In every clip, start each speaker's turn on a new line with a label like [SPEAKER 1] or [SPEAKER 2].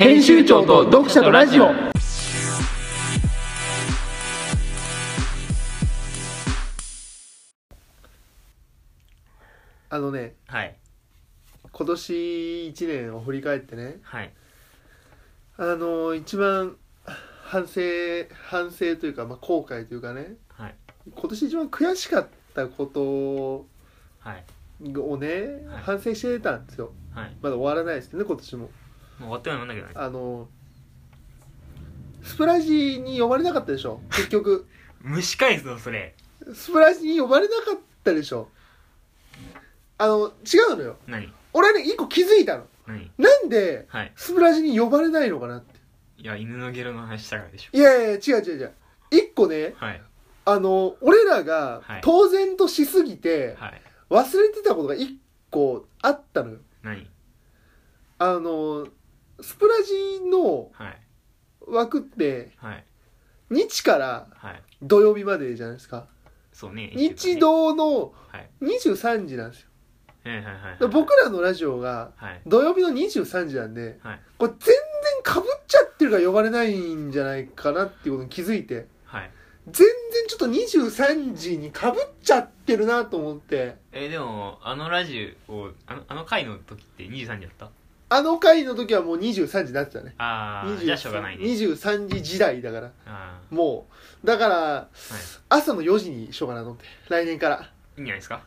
[SPEAKER 1] 編集長と読者とラジオあのね
[SPEAKER 2] はい
[SPEAKER 1] 今年1年を振り返ってね
[SPEAKER 2] はい
[SPEAKER 1] あの一番反省反省というか、まあ、後悔というかね
[SPEAKER 2] はい
[SPEAKER 1] 今年一番悔しかったこと
[SPEAKER 2] はい
[SPEAKER 1] をね
[SPEAKER 2] はい
[SPEAKER 1] 反省してたんですよ
[SPEAKER 2] はい
[SPEAKER 1] まだ終わらないですけどね今年も
[SPEAKER 2] もう終わったようなもんだけどね
[SPEAKER 1] あのスプラジに呼ばれなかったでしょ結局
[SPEAKER 2] 虫かいぞそれ
[SPEAKER 1] スプラジに呼ばれなかったでしょあの違うのよ
[SPEAKER 2] 何
[SPEAKER 1] 俺ね一個気づいたの
[SPEAKER 2] 何
[SPEAKER 1] なんで
[SPEAKER 2] はい
[SPEAKER 1] スプラジに呼ばれないのかなって
[SPEAKER 2] いや犬のゲロの話したからでしょ
[SPEAKER 1] いやいや違う違う違う一個ね
[SPEAKER 2] はい
[SPEAKER 1] あの俺らが
[SPEAKER 2] はい
[SPEAKER 1] 当然としすぎて
[SPEAKER 2] はい
[SPEAKER 1] 忘れてたことが一個あったのよ
[SPEAKER 2] 何
[SPEAKER 1] あのスプラジの
[SPEAKER 2] はい
[SPEAKER 1] 枠って
[SPEAKER 2] はい
[SPEAKER 1] 日から
[SPEAKER 2] はい
[SPEAKER 1] 土曜日までじゃないですか
[SPEAKER 2] そうね
[SPEAKER 1] 日
[SPEAKER 2] 度
[SPEAKER 1] 曜の
[SPEAKER 2] はい
[SPEAKER 1] 23時なんですよ
[SPEAKER 2] はいはいはい
[SPEAKER 1] だから僕らのラジオが
[SPEAKER 2] はい
[SPEAKER 1] 土曜日の23時なんで、
[SPEAKER 2] はい
[SPEAKER 1] これ全然かぶっちゃってるから呼ばれないんじゃないかなっていうことに気づいて
[SPEAKER 2] はい
[SPEAKER 1] 全然ちょっと23時にかぶっちゃってるなと思って
[SPEAKER 2] えでもあのラジオをあのあの回の時って23時だった
[SPEAKER 1] あの回の時はもう23時になってたね
[SPEAKER 2] ああ
[SPEAKER 1] 23
[SPEAKER 2] じゃあしょうがないね
[SPEAKER 1] 23時時代だから
[SPEAKER 2] あ
[SPEAKER 1] もうだから、
[SPEAKER 2] あはい
[SPEAKER 1] 朝の4時にしようかなと思って来年から
[SPEAKER 2] いいんじゃないですか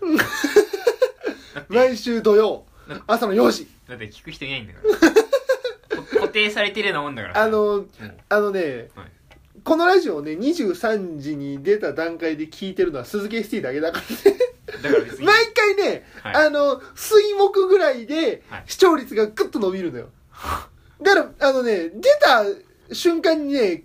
[SPEAKER 2] だって
[SPEAKER 1] 来週土曜
[SPEAKER 2] な
[SPEAKER 1] 朝の4時
[SPEAKER 2] だって聞く人いないんだから こ 固定されてるようなもんだから
[SPEAKER 1] あの
[SPEAKER 2] うん
[SPEAKER 1] あのね、
[SPEAKER 2] はい
[SPEAKER 1] このラジオをね23時に出た段階で聞いてるのは鈴木 ST だけだから
[SPEAKER 2] だから別に
[SPEAKER 1] 毎回ね、
[SPEAKER 2] はい
[SPEAKER 1] あの、水木ぐらいで
[SPEAKER 2] はい
[SPEAKER 1] 視聴率がぐっと伸びる のよ。だから、あのね、出た瞬間にね、聞いて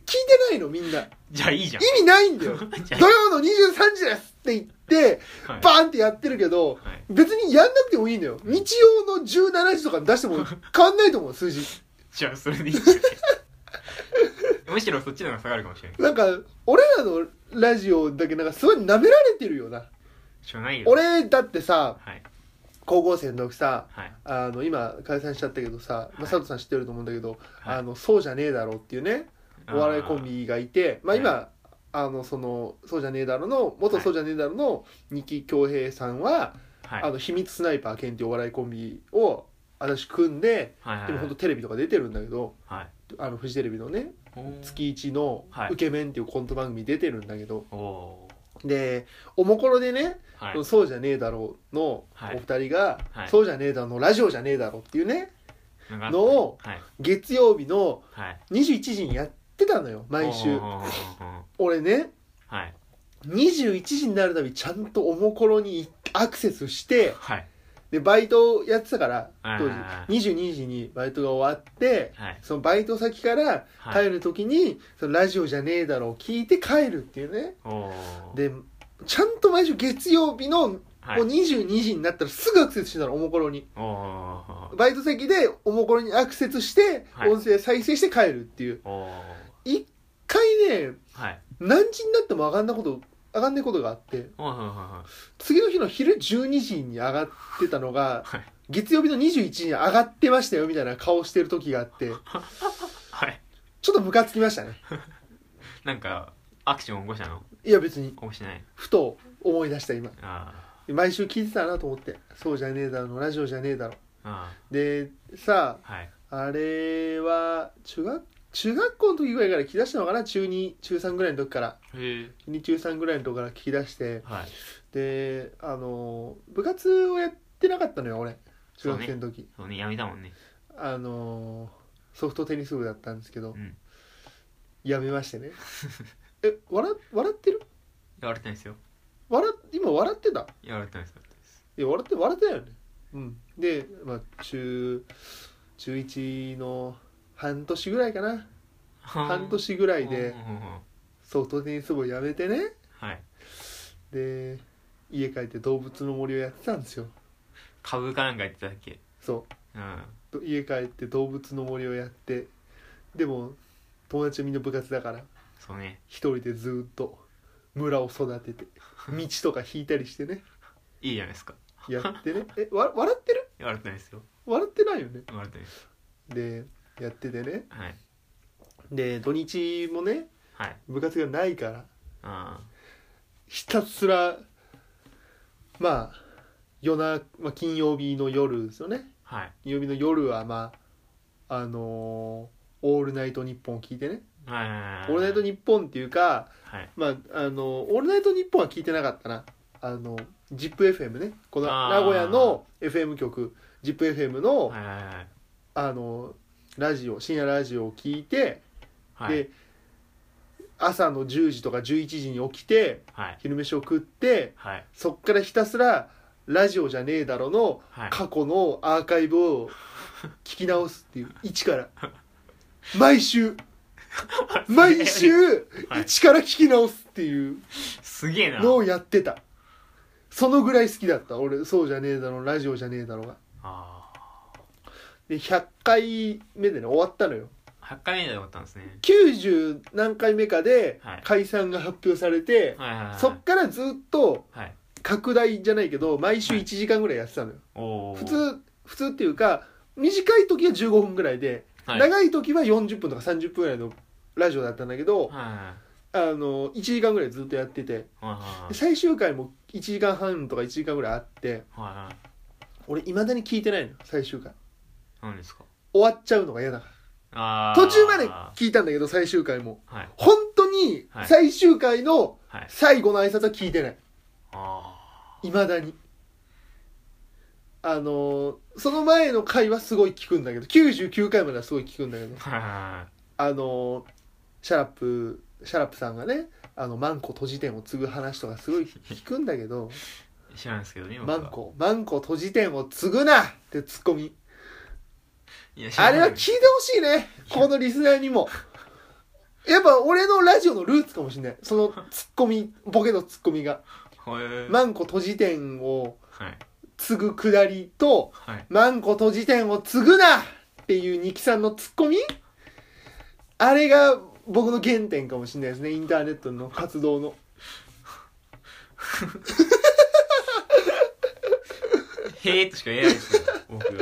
[SPEAKER 1] ないのみんな。意
[SPEAKER 2] じゃあいいじゃん
[SPEAKER 1] 味ないんだよ。
[SPEAKER 2] じゃ
[SPEAKER 1] 土曜の23時ですって言って、
[SPEAKER 2] あはい
[SPEAKER 1] バーンってやってるけど、
[SPEAKER 2] はい
[SPEAKER 1] 別にやんなくてもいいのよ。日曜の17時とかに出しても変わんないと思う、数字。
[SPEAKER 2] じゃあそれでいいんじ ゃないむしろそっちの方が下がるかもしれない
[SPEAKER 1] なんか、俺らのラジオだけなんかすごい舐められてるよな。
[SPEAKER 2] しょうがないよ
[SPEAKER 1] 俺だってさ、
[SPEAKER 2] はい
[SPEAKER 1] 高校生の時さ、
[SPEAKER 2] はい
[SPEAKER 1] あの今解散しちゃったけどさ、まあ、佐藤さん知ってると思うんだけど、
[SPEAKER 2] はい
[SPEAKER 1] あのそうじゃねえだろうっていうねお笑いコンビがいてまあ、今、あのそのそうじゃねえだろの元
[SPEAKER 2] はい
[SPEAKER 1] そうじゃねえだろの二木恭平さんは、
[SPEAKER 2] はい
[SPEAKER 1] あの秘密スナイパー兼っていうお笑いコンビを私組んで
[SPEAKER 2] はいはい
[SPEAKER 1] でも本当テレビとか出てるんだけど
[SPEAKER 2] はい
[SPEAKER 1] あのフジテレビのね
[SPEAKER 2] おー
[SPEAKER 1] 月一の
[SPEAKER 2] はい
[SPEAKER 1] 「ウケメン」っていうコント番組出てるんだけど、
[SPEAKER 2] お
[SPEAKER 1] でおもころでね
[SPEAKER 2] ーは
[SPEAKER 1] その
[SPEAKER 2] い
[SPEAKER 1] そうじゃねえだろうの
[SPEAKER 2] はい
[SPEAKER 1] お二人が、
[SPEAKER 2] はい
[SPEAKER 1] そうじゃねえだろのラジオじゃねえだろっていうね
[SPEAKER 2] なんかあった
[SPEAKER 1] のを
[SPEAKER 2] はい
[SPEAKER 1] 月曜日の
[SPEAKER 2] はい
[SPEAKER 1] 21時にやってたのよ毎週
[SPEAKER 2] おーおーおー
[SPEAKER 1] 俺ね
[SPEAKER 2] はい
[SPEAKER 1] 21時になるたびちゃんとおもころにアクセスして
[SPEAKER 2] はい
[SPEAKER 1] でバイトやってたから
[SPEAKER 2] はい
[SPEAKER 1] 当時22時にバイトが終わって
[SPEAKER 2] はい
[SPEAKER 1] そのバイト先から
[SPEAKER 2] はい
[SPEAKER 1] 帰る時にそのラジオじゃねえだろう聞いて帰るっていうね
[SPEAKER 2] おー
[SPEAKER 1] でちゃんと毎週月曜日のも
[SPEAKER 2] はいう
[SPEAKER 1] 22時になったらすぐアクセスしてたのおもころに
[SPEAKER 2] おー
[SPEAKER 1] バイト先でおもころにアクセスして
[SPEAKER 2] はい
[SPEAKER 1] 音声再生して帰るっていう
[SPEAKER 2] おー
[SPEAKER 1] 一回ね
[SPEAKER 2] はい
[SPEAKER 1] 何時になっても上がんなこと上がんないことがあって
[SPEAKER 2] おーはいは
[SPEAKER 1] 次の日の昼12時に上がってたのが
[SPEAKER 2] はい
[SPEAKER 1] 月曜日の21時に上がってましたよみたいな顔してる時があって
[SPEAKER 2] いはいはい
[SPEAKER 1] ちょっとムカつきましたね
[SPEAKER 2] なんかアクション起こしたの
[SPEAKER 1] いや別に
[SPEAKER 2] 起こしてない
[SPEAKER 1] ふと思い出した今
[SPEAKER 2] あ
[SPEAKER 1] 毎週聞いてたなと思ってそうじゃねえだろラジオじゃねえだろ
[SPEAKER 2] ーあ
[SPEAKER 1] でさ
[SPEAKER 2] ーはい
[SPEAKER 1] あれは中学中学校の時ぐらいから聞き出したのかな中2中3ぐらいの時から
[SPEAKER 2] へえ
[SPEAKER 1] 中2中3ぐらいの時から聞き出して
[SPEAKER 2] はい
[SPEAKER 1] であの部活をやってなかったのよ俺中学生の時、
[SPEAKER 2] そうねやめたもんね
[SPEAKER 1] あのソフトテニス部だったんですけど、
[SPEAKER 2] うん
[SPEAKER 1] やめましてねえ笑笑ってる
[SPEAKER 2] やられてないですよ
[SPEAKER 1] 笑っ今笑ってた
[SPEAKER 2] やられてないですよ
[SPEAKER 1] いや笑って笑ってたよねうんで、まあ、中中1の半年ぐらいかな半
[SPEAKER 2] 半
[SPEAKER 1] 年ぐらい
[SPEAKER 2] うん
[SPEAKER 1] で
[SPEAKER 2] うんうんうん
[SPEAKER 1] ソフトテニス部をやめてね
[SPEAKER 2] はい
[SPEAKER 1] で家帰って動物の森をやってたんですよ
[SPEAKER 2] 株かなんか言ってたっけ
[SPEAKER 1] そう
[SPEAKER 2] うん
[SPEAKER 1] ど家帰って動物の森をやってでも友達はみんな部活だから
[SPEAKER 2] そうね
[SPEAKER 1] 一人でずっと村を育てて道とか引いたりしてね
[SPEAKER 2] いいじゃないですか
[SPEAKER 1] やってねえわ笑ってる
[SPEAKER 2] やられてないですよ
[SPEAKER 1] 笑ってないよね
[SPEAKER 2] やられてないです
[SPEAKER 1] でやっててね
[SPEAKER 2] はい
[SPEAKER 1] で土日もね
[SPEAKER 2] はい
[SPEAKER 1] 部活がないから
[SPEAKER 2] あ
[SPEAKER 1] ひたすらまあ夜な、まあ、金曜日の夜ですよね
[SPEAKER 2] ーはい
[SPEAKER 1] 金曜日の夜はまああのーオールナイトニッポン」を聞いてね
[SPEAKER 2] はいはい
[SPEAKER 1] 「オ
[SPEAKER 2] はい
[SPEAKER 1] ールナイトニッポン」っていうか
[SPEAKER 2] はい
[SPEAKER 1] まああの「オールナイトニッポン」は聞いてなかったなあの ZIPFM ねこの
[SPEAKER 2] あー
[SPEAKER 1] 名古屋の FM 局 ZIPFM の,、
[SPEAKER 2] はいはいはい
[SPEAKER 1] あのラジオ深夜ラジオを聞いて、
[SPEAKER 2] はい
[SPEAKER 1] で朝の10時とか11時に起きて
[SPEAKER 2] はい
[SPEAKER 1] 昼飯を食って
[SPEAKER 2] はい
[SPEAKER 1] そっからひたすら「ラジオじゃねえだろ」の
[SPEAKER 2] はい
[SPEAKER 1] 過去のアーカイブを聞き直すっていう一から毎 週毎週
[SPEAKER 2] はい
[SPEAKER 1] 一から聞き直すっていう
[SPEAKER 2] すげえな
[SPEAKER 1] のをやってたそのぐらい好きだった俺そうじゃねえだろラジオじゃねえだろが
[SPEAKER 2] あ
[SPEAKER 1] で100回目でね終わったのよ
[SPEAKER 2] あ8回目だと思ったんですね
[SPEAKER 1] 90何回目かで
[SPEAKER 2] はい
[SPEAKER 1] 解散が発表されて、
[SPEAKER 2] はいはいはい
[SPEAKER 1] そっからずっと
[SPEAKER 2] はい
[SPEAKER 1] 拡大じゃないけど毎週1時間ぐらいやってたのよ
[SPEAKER 2] おお
[SPEAKER 1] 普通普通っていうか短い時は15分ぐらいで
[SPEAKER 2] はいはい
[SPEAKER 1] 長い時は40分とか30分ぐらいのラジオだったんだけど、
[SPEAKER 2] は
[SPEAKER 1] あの1時間ぐらいずっとやってて
[SPEAKER 2] いは
[SPEAKER 1] で
[SPEAKER 2] い
[SPEAKER 1] 最終回も1時間半とか1時間ぐらいあって
[SPEAKER 2] はいはい
[SPEAKER 1] 俺いまだに聞いてないのよ最終回
[SPEAKER 2] 何ですか
[SPEAKER 1] 終わっちゃうのが嫌だか
[SPEAKER 2] あ
[SPEAKER 1] ら
[SPEAKER 2] あ
[SPEAKER 1] 途中まで
[SPEAKER 2] は
[SPEAKER 1] 聞いたんだけど最終回も
[SPEAKER 2] い
[SPEAKER 1] 本当に
[SPEAKER 2] はい
[SPEAKER 1] 最終回の
[SPEAKER 2] はい
[SPEAKER 1] 最後の挨拶は聞いてない
[SPEAKER 2] あ
[SPEAKER 1] いまだにあのーその前の回はすごい聞くんだけど99回まではすごい聞くんだけど
[SPEAKER 2] あはいは
[SPEAKER 1] あのシャラップシャラップさんがねあのマンコ閉じ店を継ぐ話とかすごい聞くんだけど
[SPEAKER 2] い知らないですけどね僕
[SPEAKER 1] マ
[SPEAKER 2] は
[SPEAKER 1] ンコマンコ閉じ店を継ぐなってツッコミ
[SPEAKER 2] いや知ら
[SPEAKER 1] あ
[SPEAKER 2] ない
[SPEAKER 1] れは聞いてほしいねこのリスナーにもやっぱ俺のラジオのルーツかもしれないそのツッコミボケとツッコミが
[SPEAKER 2] へえ
[SPEAKER 1] マンコ閉じ店を
[SPEAKER 2] はい
[SPEAKER 1] 継ぐくだりと
[SPEAKER 2] はい
[SPEAKER 1] マンコ閉じ店を継ぐなっていう二木さんのツッコミあれが僕の原点かもしれないですねインターネットの活動の
[SPEAKER 2] へえとしか言えないですよ僕は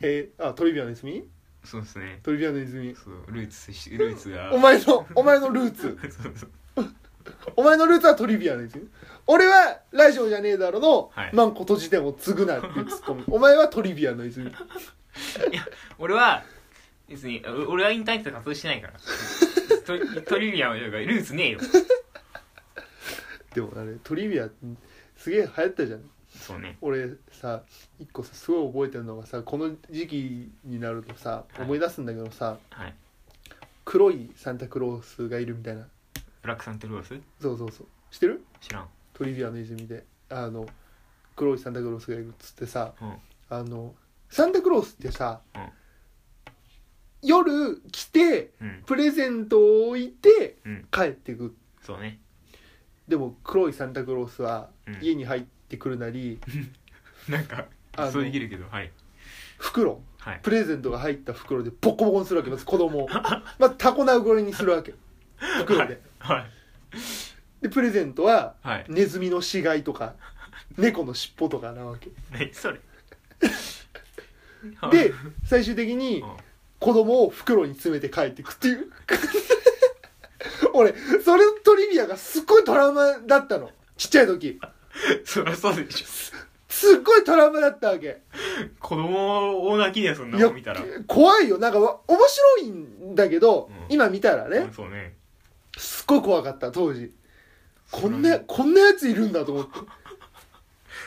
[SPEAKER 1] えーあトリビアの泉
[SPEAKER 2] そうですね
[SPEAKER 1] トリビアの泉
[SPEAKER 2] そうルーツしルーツが
[SPEAKER 1] お前のお前のルーツ
[SPEAKER 2] そうそう
[SPEAKER 1] お前のルーツはトリビアの泉俺はラジオじゃねえだろの、
[SPEAKER 2] はい
[SPEAKER 1] マンコ閉じ店を継ぐなっていうツッコミお前はトリビアの泉
[SPEAKER 2] 俺は別にお俺はインターネットで活動してないからトトリビアはルーツねえよ
[SPEAKER 1] でもあれトリビアすげえ流行ったじゃん
[SPEAKER 2] そうね
[SPEAKER 1] 俺さ一個さすごい覚えてるのがさこの時期になるとさ
[SPEAKER 2] はい
[SPEAKER 1] 思い出すんだけどさ、
[SPEAKER 2] はい
[SPEAKER 1] 黒いサンタクロースがいるみたいな
[SPEAKER 2] ブラックサンタクロース
[SPEAKER 1] そうそうそう知ってる
[SPEAKER 2] 知らん
[SPEAKER 1] トリビアの泉であの黒いサンタクロースがいるっつってさ
[SPEAKER 2] うん
[SPEAKER 1] あのサンタクロースってさ、
[SPEAKER 2] うん
[SPEAKER 1] 夜来て
[SPEAKER 2] うん
[SPEAKER 1] プレゼントを置いて
[SPEAKER 2] うん
[SPEAKER 1] 帰ってく
[SPEAKER 2] そうね
[SPEAKER 1] でも黒いサンタクロースは
[SPEAKER 2] うん
[SPEAKER 1] 家に入ってくるなり、
[SPEAKER 2] なんか
[SPEAKER 1] あの
[SPEAKER 2] そうできるけどはい
[SPEAKER 1] 袋
[SPEAKER 2] はい
[SPEAKER 1] プレゼントが入った袋でボコボコにするわけです 子供をまあタコなうごれにするわけ袋で
[SPEAKER 2] はい
[SPEAKER 1] でプレゼントは
[SPEAKER 2] はい
[SPEAKER 1] ネズミの死骸 とか猫の尻尾とかなわけ
[SPEAKER 2] 何それ
[SPEAKER 1] で最終的に
[SPEAKER 2] うん
[SPEAKER 1] 子供を袋に詰めて帰っていくっていう 俺それのトリビアがすっごいトラウマだったのちっちゃい時
[SPEAKER 2] そりゃそうでしょ
[SPEAKER 1] すっごいトラウマだったわけ
[SPEAKER 2] 子供を泣きだよそんない
[SPEAKER 1] や
[SPEAKER 2] の見たら
[SPEAKER 1] 怖いよなんかわ面白いんだけど、
[SPEAKER 2] うん
[SPEAKER 1] 今見たらね、
[SPEAKER 2] うんそうね
[SPEAKER 1] すっごい怖かった当時こん
[SPEAKER 2] そ
[SPEAKER 1] な
[SPEAKER 2] れ
[SPEAKER 1] こんなやついるんだと思って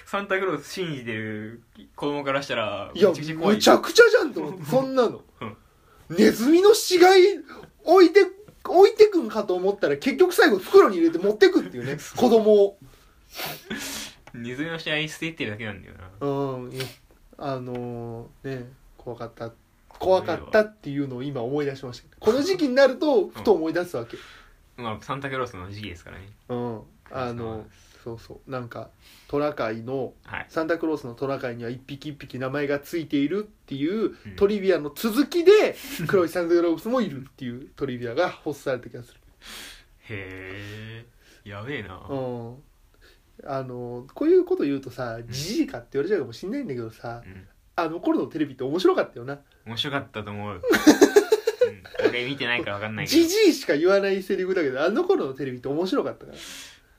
[SPEAKER 2] サンタクロース信じてる子供からしたら
[SPEAKER 1] いや
[SPEAKER 2] めちゃくちゃ怖い
[SPEAKER 1] むちゃくちゃじゃんと思ってそんなの
[SPEAKER 2] うん
[SPEAKER 1] ネズミの死骸置いて置いてくんかと思ったら結局最後袋に入れて持ってくっていう ね子供を
[SPEAKER 2] ネズミの試合捨ててるだけなんだよな
[SPEAKER 1] うんいやあのーね怖かった怖かったっていうのを今思い出しましたこの時期になるとふと思い出すわけ
[SPEAKER 2] まあサンタクロースの時期ですからね
[SPEAKER 1] うんあのそうそうなんかトラ界の
[SPEAKER 2] はい
[SPEAKER 1] サンタクロースのトナカイには一匹一匹名前がついているっていう
[SPEAKER 2] うん
[SPEAKER 1] トリビアの続 きで黒いサンタクロースもいるっていうトリビアが発された気がする。
[SPEAKER 2] へえやべえな、
[SPEAKER 1] う
[SPEAKER 2] うん
[SPEAKER 1] ん、あのこういうこと言うとさじじいかって言われちゃうかもしんないんだけどさあの頃のテレビって面白かったよな
[SPEAKER 2] 面白かったと 思う、うん、俺見てないから分かんないけ
[SPEAKER 1] じ
[SPEAKER 2] ど
[SPEAKER 1] じいしか言わないセリフだけどあの頃のテレビって面白かったから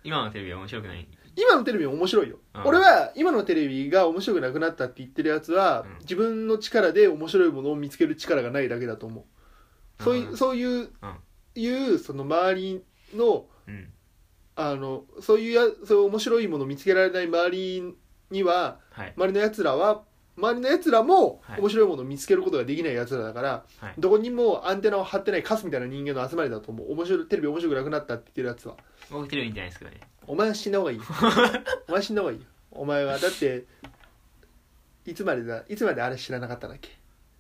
[SPEAKER 2] 今のテレビは面白くない
[SPEAKER 1] 今のテレビも面白いよ、
[SPEAKER 2] うん
[SPEAKER 1] 俺は今のテレビが面白くなくなったって言ってるやつは、
[SPEAKER 2] うん
[SPEAKER 1] 自分の力で面白いものを見つける力がないだけだと思うそうい
[SPEAKER 2] うん
[SPEAKER 1] うそういう、いうその周りの
[SPEAKER 2] うん
[SPEAKER 1] あのそういうやそういう面白いものを見つけられない周りには
[SPEAKER 2] はい
[SPEAKER 1] 周りのやつらは周りのやつらも
[SPEAKER 2] はい
[SPEAKER 1] 面白いものを見つけることができないやつらだから、
[SPEAKER 2] はい
[SPEAKER 1] どこにもアンテナを張ってないカスみたいな人間の集まりだと思う面白いテレビ面白くなくなったって言ってるやつは
[SPEAKER 2] 僕テレビ見てないですけどね
[SPEAKER 1] お前は死ん だ方がいいお前は死んだ方がいいよお前はだっていつまでだいつまであれ知らなかったんだっけ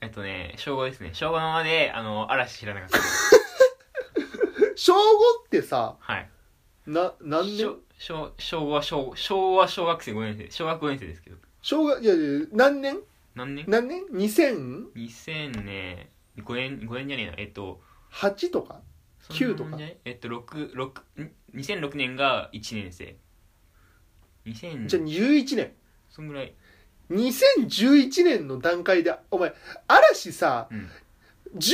[SPEAKER 2] えっとね小5ですね小5のままであの嵐知らなかった
[SPEAKER 1] 小5ってさ
[SPEAKER 2] はい
[SPEAKER 1] な何年
[SPEAKER 2] 小小小5は小小は小学生5年生小学5年生ですけど
[SPEAKER 1] 小学いやいや何年
[SPEAKER 2] 何年
[SPEAKER 1] 何年 ?2008
[SPEAKER 2] 2000ね5年5年じゃねえなえっと
[SPEAKER 1] とか9とか
[SPEAKER 2] そんなもんじゃないえっと六六ん2006年が1年生2000
[SPEAKER 1] じゃあ11年
[SPEAKER 2] そんぐらい
[SPEAKER 1] 2011年の段階でお前嵐さ
[SPEAKER 2] うん
[SPEAKER 1] 11年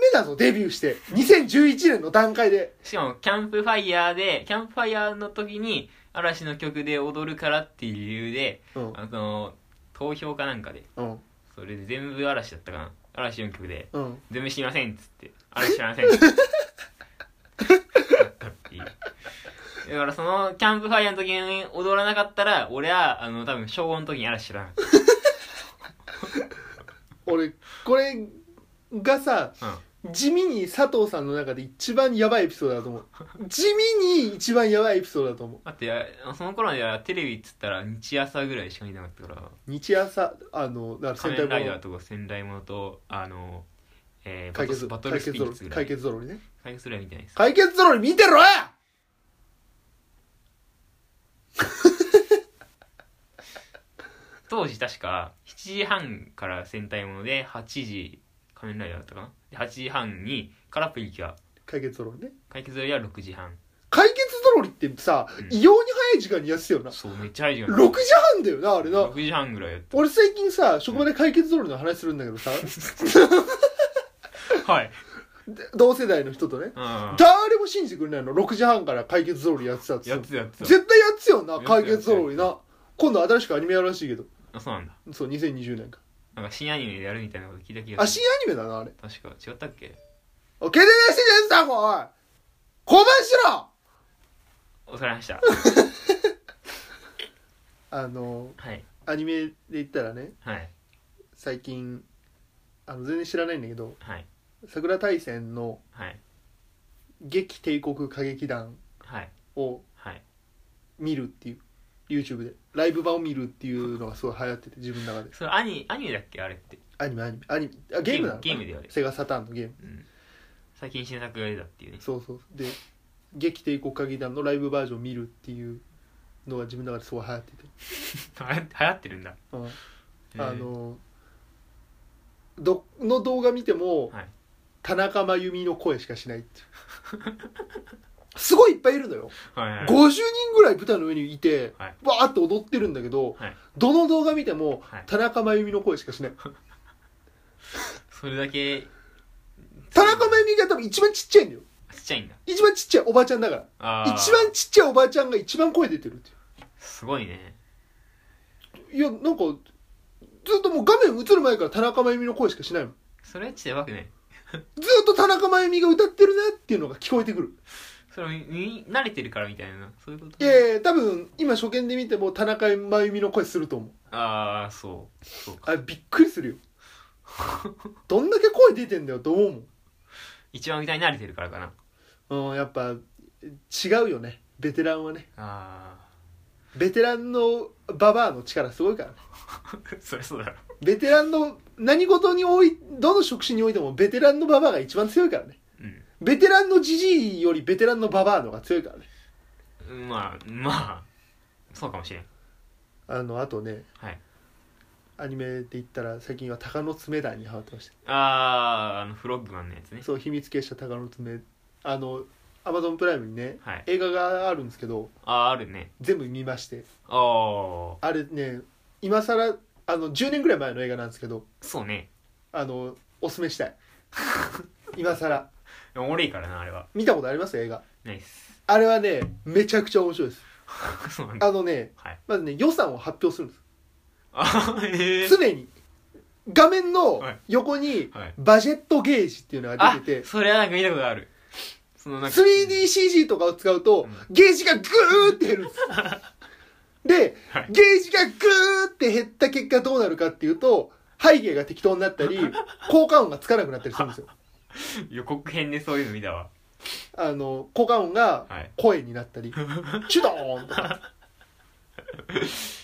[SPEAKER 1] 目だぞデビューして2011年の段階で
[SPEAKER 2] しかもキャンプファイヤーでキャンプファイヤーの時に嵐の曲で踊るからっていう理由で
[SPEAKER 1] うん
[SPEAKER 2] あの投票かなんかで
[SPEAKER 1] うん
[SPEAKER 2] それで全部嵐だったかな嵐4曲で
[SPEAKER 1] うん
[SPEAKER 2] 全部知りませんっつって嵐知りま せんっつってだったっていうだからそのキャンプファイヤーの時に踊らなかったら俺はあの多分小5の時に嵐知らなかっ
[SPEAKER 1] 俺これがさ
[SPEAKER 2] た、うん
[SPEAKER 1] 地味に佐藤さんの中で一番やばいエピソードだと思う地味に一番やばいエピソードだと思う
[SPEAKER 2] だってあその頃にはテレビっつったら日朝ぐらいしか見てなかったから
[SPEAKER 1] 日朝あのだ
[SPEAKER 2] 「
[SPEAKER 1] から
[SPEAKER 2] 仮面
[SPEAKER 1] 戦
[SPEAKER 2] ラ
[SPEAKER 1] 隊
[SPEAKER 2] イ
[SPEAKER 1] も
[SPEAKER 2] ダー」
[SPEAKER 1] の
[SPEAKER 2] とか「戦隊もの」とあの、えー、バ
[SPEAKER 1] 解
[SPEAKER 2] ト
[SPEAKER 1] 決
[SPEAKER 2] スバトルスピリッツぐら
[SPEAKER 1] 解
[SPEAKER 2] い
[SPEAKER 1] 決ゾロリね
[SPEAKER 2] 解決するやみたいです
[SPEAKER 1] 解決ゾロリ見てろよ
[SPEAKER 2] 当時確か7時半から戦隊もので8時仮面ライダーだったかなで8時半にカラプリキュア
[SPEAKER 1] 解決ゾロリね
[SPEAKER 2] 解決よりは6時半
[SPEAKER 1] 解決ゾロリってさ、
[SPEAKER 2] うん
[SPEAKER 1] 異様に早い時間にやってたよな
[SPEAKER 2] そうめっちゃ早い時間
[SPEAKER 1] 6時半だよなあれな
[SPEAKER 2] 6時半ぐらいやっ
[SPEAKER 1] 俺最近さ職場で解決ゾロリの話するんだけ どさ
[SPEAKER 2] たはい
[SPEAKER 1] で同世代の人とね
[SPEAKER 2] うん
[SPEAKER 1] 誰も信じてくれないの6時半から解決ゾロリやってたっつ
[SPEAKER 2] やっ
[SPEAKER 1] って
[SPEAKER 2] てたやってた
[SPEAKER 1] 絶対やってたよな
[SPEAKER 2] やってた
[SPEAKER 1] 解決ゾロリな今度新しくアニメやるらしいけど
[SPEAKER 2] あそうなんだ
[SPEAKER 1] そう2020年か
[SPEAKER 2] なんか新アニメでやるみたいなこと聞いた気が
[SPEAKER 1] あ
[SPEAKER 2] す
[SPEAKER 1] 新
[SPEAKER 2] る
[SPEAKER 1] アニメだなあれ
[SPEAKER 2] 確か違ったっけ
[SPEAKER 1] おけでなしですだもんおい小判しろ
[SPEAKER 2] お疲れました
[SPEAKER 1] あの
[SPEAKER 2] はい
[SPEAKER 1] アニメで言ったらね
[SPEAKER 2] はい
[SPEAKER 1] 最近あの全然知らないんだけど
[SPEAKER 2] はい
[SPEAKER 1] 桜大戦の
[SPEAKER 2] はい
[SPEAKER 1] 劇帝国歌劇団
[SPEAKER 2] はい
[SPEAKER 1] を
[SPEAKER 2] はい
[SPEAKER 1] 見るっていう YouTube でライブ版を見るっていうのがすごい流行ってて自分の中で
[SPEAKER 2] それアニアニメだっけあれって、
[SPEAKER 1] アニメアニメアニメあゲームなの
[SPEAKER 2] ゲームゲームだよね
[SPEAKER 1] セガサターンのゲーム
[SPEAKER 2] うん、最近新作が出たっていうね
[SPEAKER 1] そうそうで劇帝国歌劇団のライブバージョンを見るっていうのが自分の中ですごい流行ってて、
[SPEAKER 2] 流行流行ってるんだ
[SPEAKER 1] うん
[SPEAKER 2] へー
[SPEAKER 1] あのどの動画見ても、
[SPEAKER 2] はい
[SPEAKER 1] 田中真由美の声しかしないっていう すごいいっぱいいるのよ
[SPEAKER 2] はいはい
[SPEAKER 1] 50人ぐらい舞台の上にいて、
[SPEAKER 2] はい
[SPEAKER 1] わーって踊ってるんだけど、
[SPEAKER 2] はい
[SPEAKER 1] どの動画見ても、
[SPEAKER 2] はい
[SPEAKER 1] 田中真由美の声しかしない
[SPEAKER 2] それだけち
[SPEAKER 1] 田中真由美が多分一番ちっちゃいんだよ
[SPEAKER 2] っちゃいんだ
[SPEAKER 1] 一番ちっちゃいおばあちゃんだから
[SPEAKER 2] あー
[SPEAKER 1] 一番ちっちゃいおばあちゃんが一番声出てるって
[SPEAKER 2] すごいね
[SPEAKER 1] いういやなんかずっともう画面映る前から田中真由美の声しかしないもん
[SPEAKER 2] それはちょっとやばくない
[SPEAKER 1] ずっと田中真由美が歌ってるなっていうのが聞こえてくる
[SPEAKER 2] それ耳慣れてるからみたいなそういうこと
[SPEAKER 1] いやいや多分今初見で見ても田中真由美の声すると思う
[SPEAKER 2] ああそうそうか
[SPEAKER 1] あれびっくりするよ どんだけ声出てんだよと思う
[SPEAKER 2] 一番歌に慣れてるからかな
[SPEAKER 1] もん、うん、やっぱ違うよねベテランはね
[SPEAKER 2] あ
[SPEAKER 1] ベテランのババアの力すごいからね
[SPEAKER 2] あ そりゃそうだろ
[SPEAKER 1] ベテランの何事においどの職種においてもベテランのババアが一番強いからねベテランのじじいよりベテランのババアの方が強いからね
[SPEAKER 2] うんまあまあそうかもしれん
[SPEAKER 1] あのあとね
[SPEAKER 2] はい
[SPEAKER 1] アニメで言ったら最近は鷹の爪団にハマってました
[SPEAKER 2] あーあのフロッグマンのやつね
[SPEAKER 1] そう秘密結社鷹の爪あのアマゾンプライムにね
[SPEAKER 2] はい
[SPEAKER 1] 映画があるんですけど
[SPEAKER 2] ああーあるね
[SPEAKER 1] 全部見まして
[SPEAKER 2] ああ
[SPEAKER 1] あれね今更あの10年ぐらい前の映画なんですけど
[SPEAKER 2] そうね
[SPEAKER 1] あのおすすめした い今更
[SPEAKER 2] でも俺いいからなあれは
[SPEAKER 1] 見たことあります映画
[SPEAKER 2] ないっ す
[SPEAKER 1] あれはねめちゃくちゃ面白いです
[SPEAKER 2] そうなんだ
[SPEAKER 1] あのね
[SPEAKER 2] はい
[SPEAKER 1] まずね予算を発表するんで
[SPEAKER 2] あええ
[SPEAKER 1] す常に画面の
[SPEAKER 2] はい
[SPEAKER 1] 横に
[SPEAKER 2] はい
[SPEAKER 1] バジェットゲージっていうのが
[SPEAKER 2] あ
[SPEAKER 1] 出てて、
[SPEAKER 2] それはなんか見たことあるそのなんか
[SPEAKER 1] 3DCG とかを使うと、ゲージがグーって減るん です。で、
[SPEAKER 2] はい
[SPEAKER 1] ゲージがグーって減った結果どうなるかっていうと、背景が適当にな ったり、効果音がつかなくなったりするんですよ。
[SPEAKER 2] 予告編でそういうの見たわ
[SPEAKER 1] あの、効果音が
[SPEAKER 2] はい
[SPEAKER 1] 声になったり、チュドーンと か。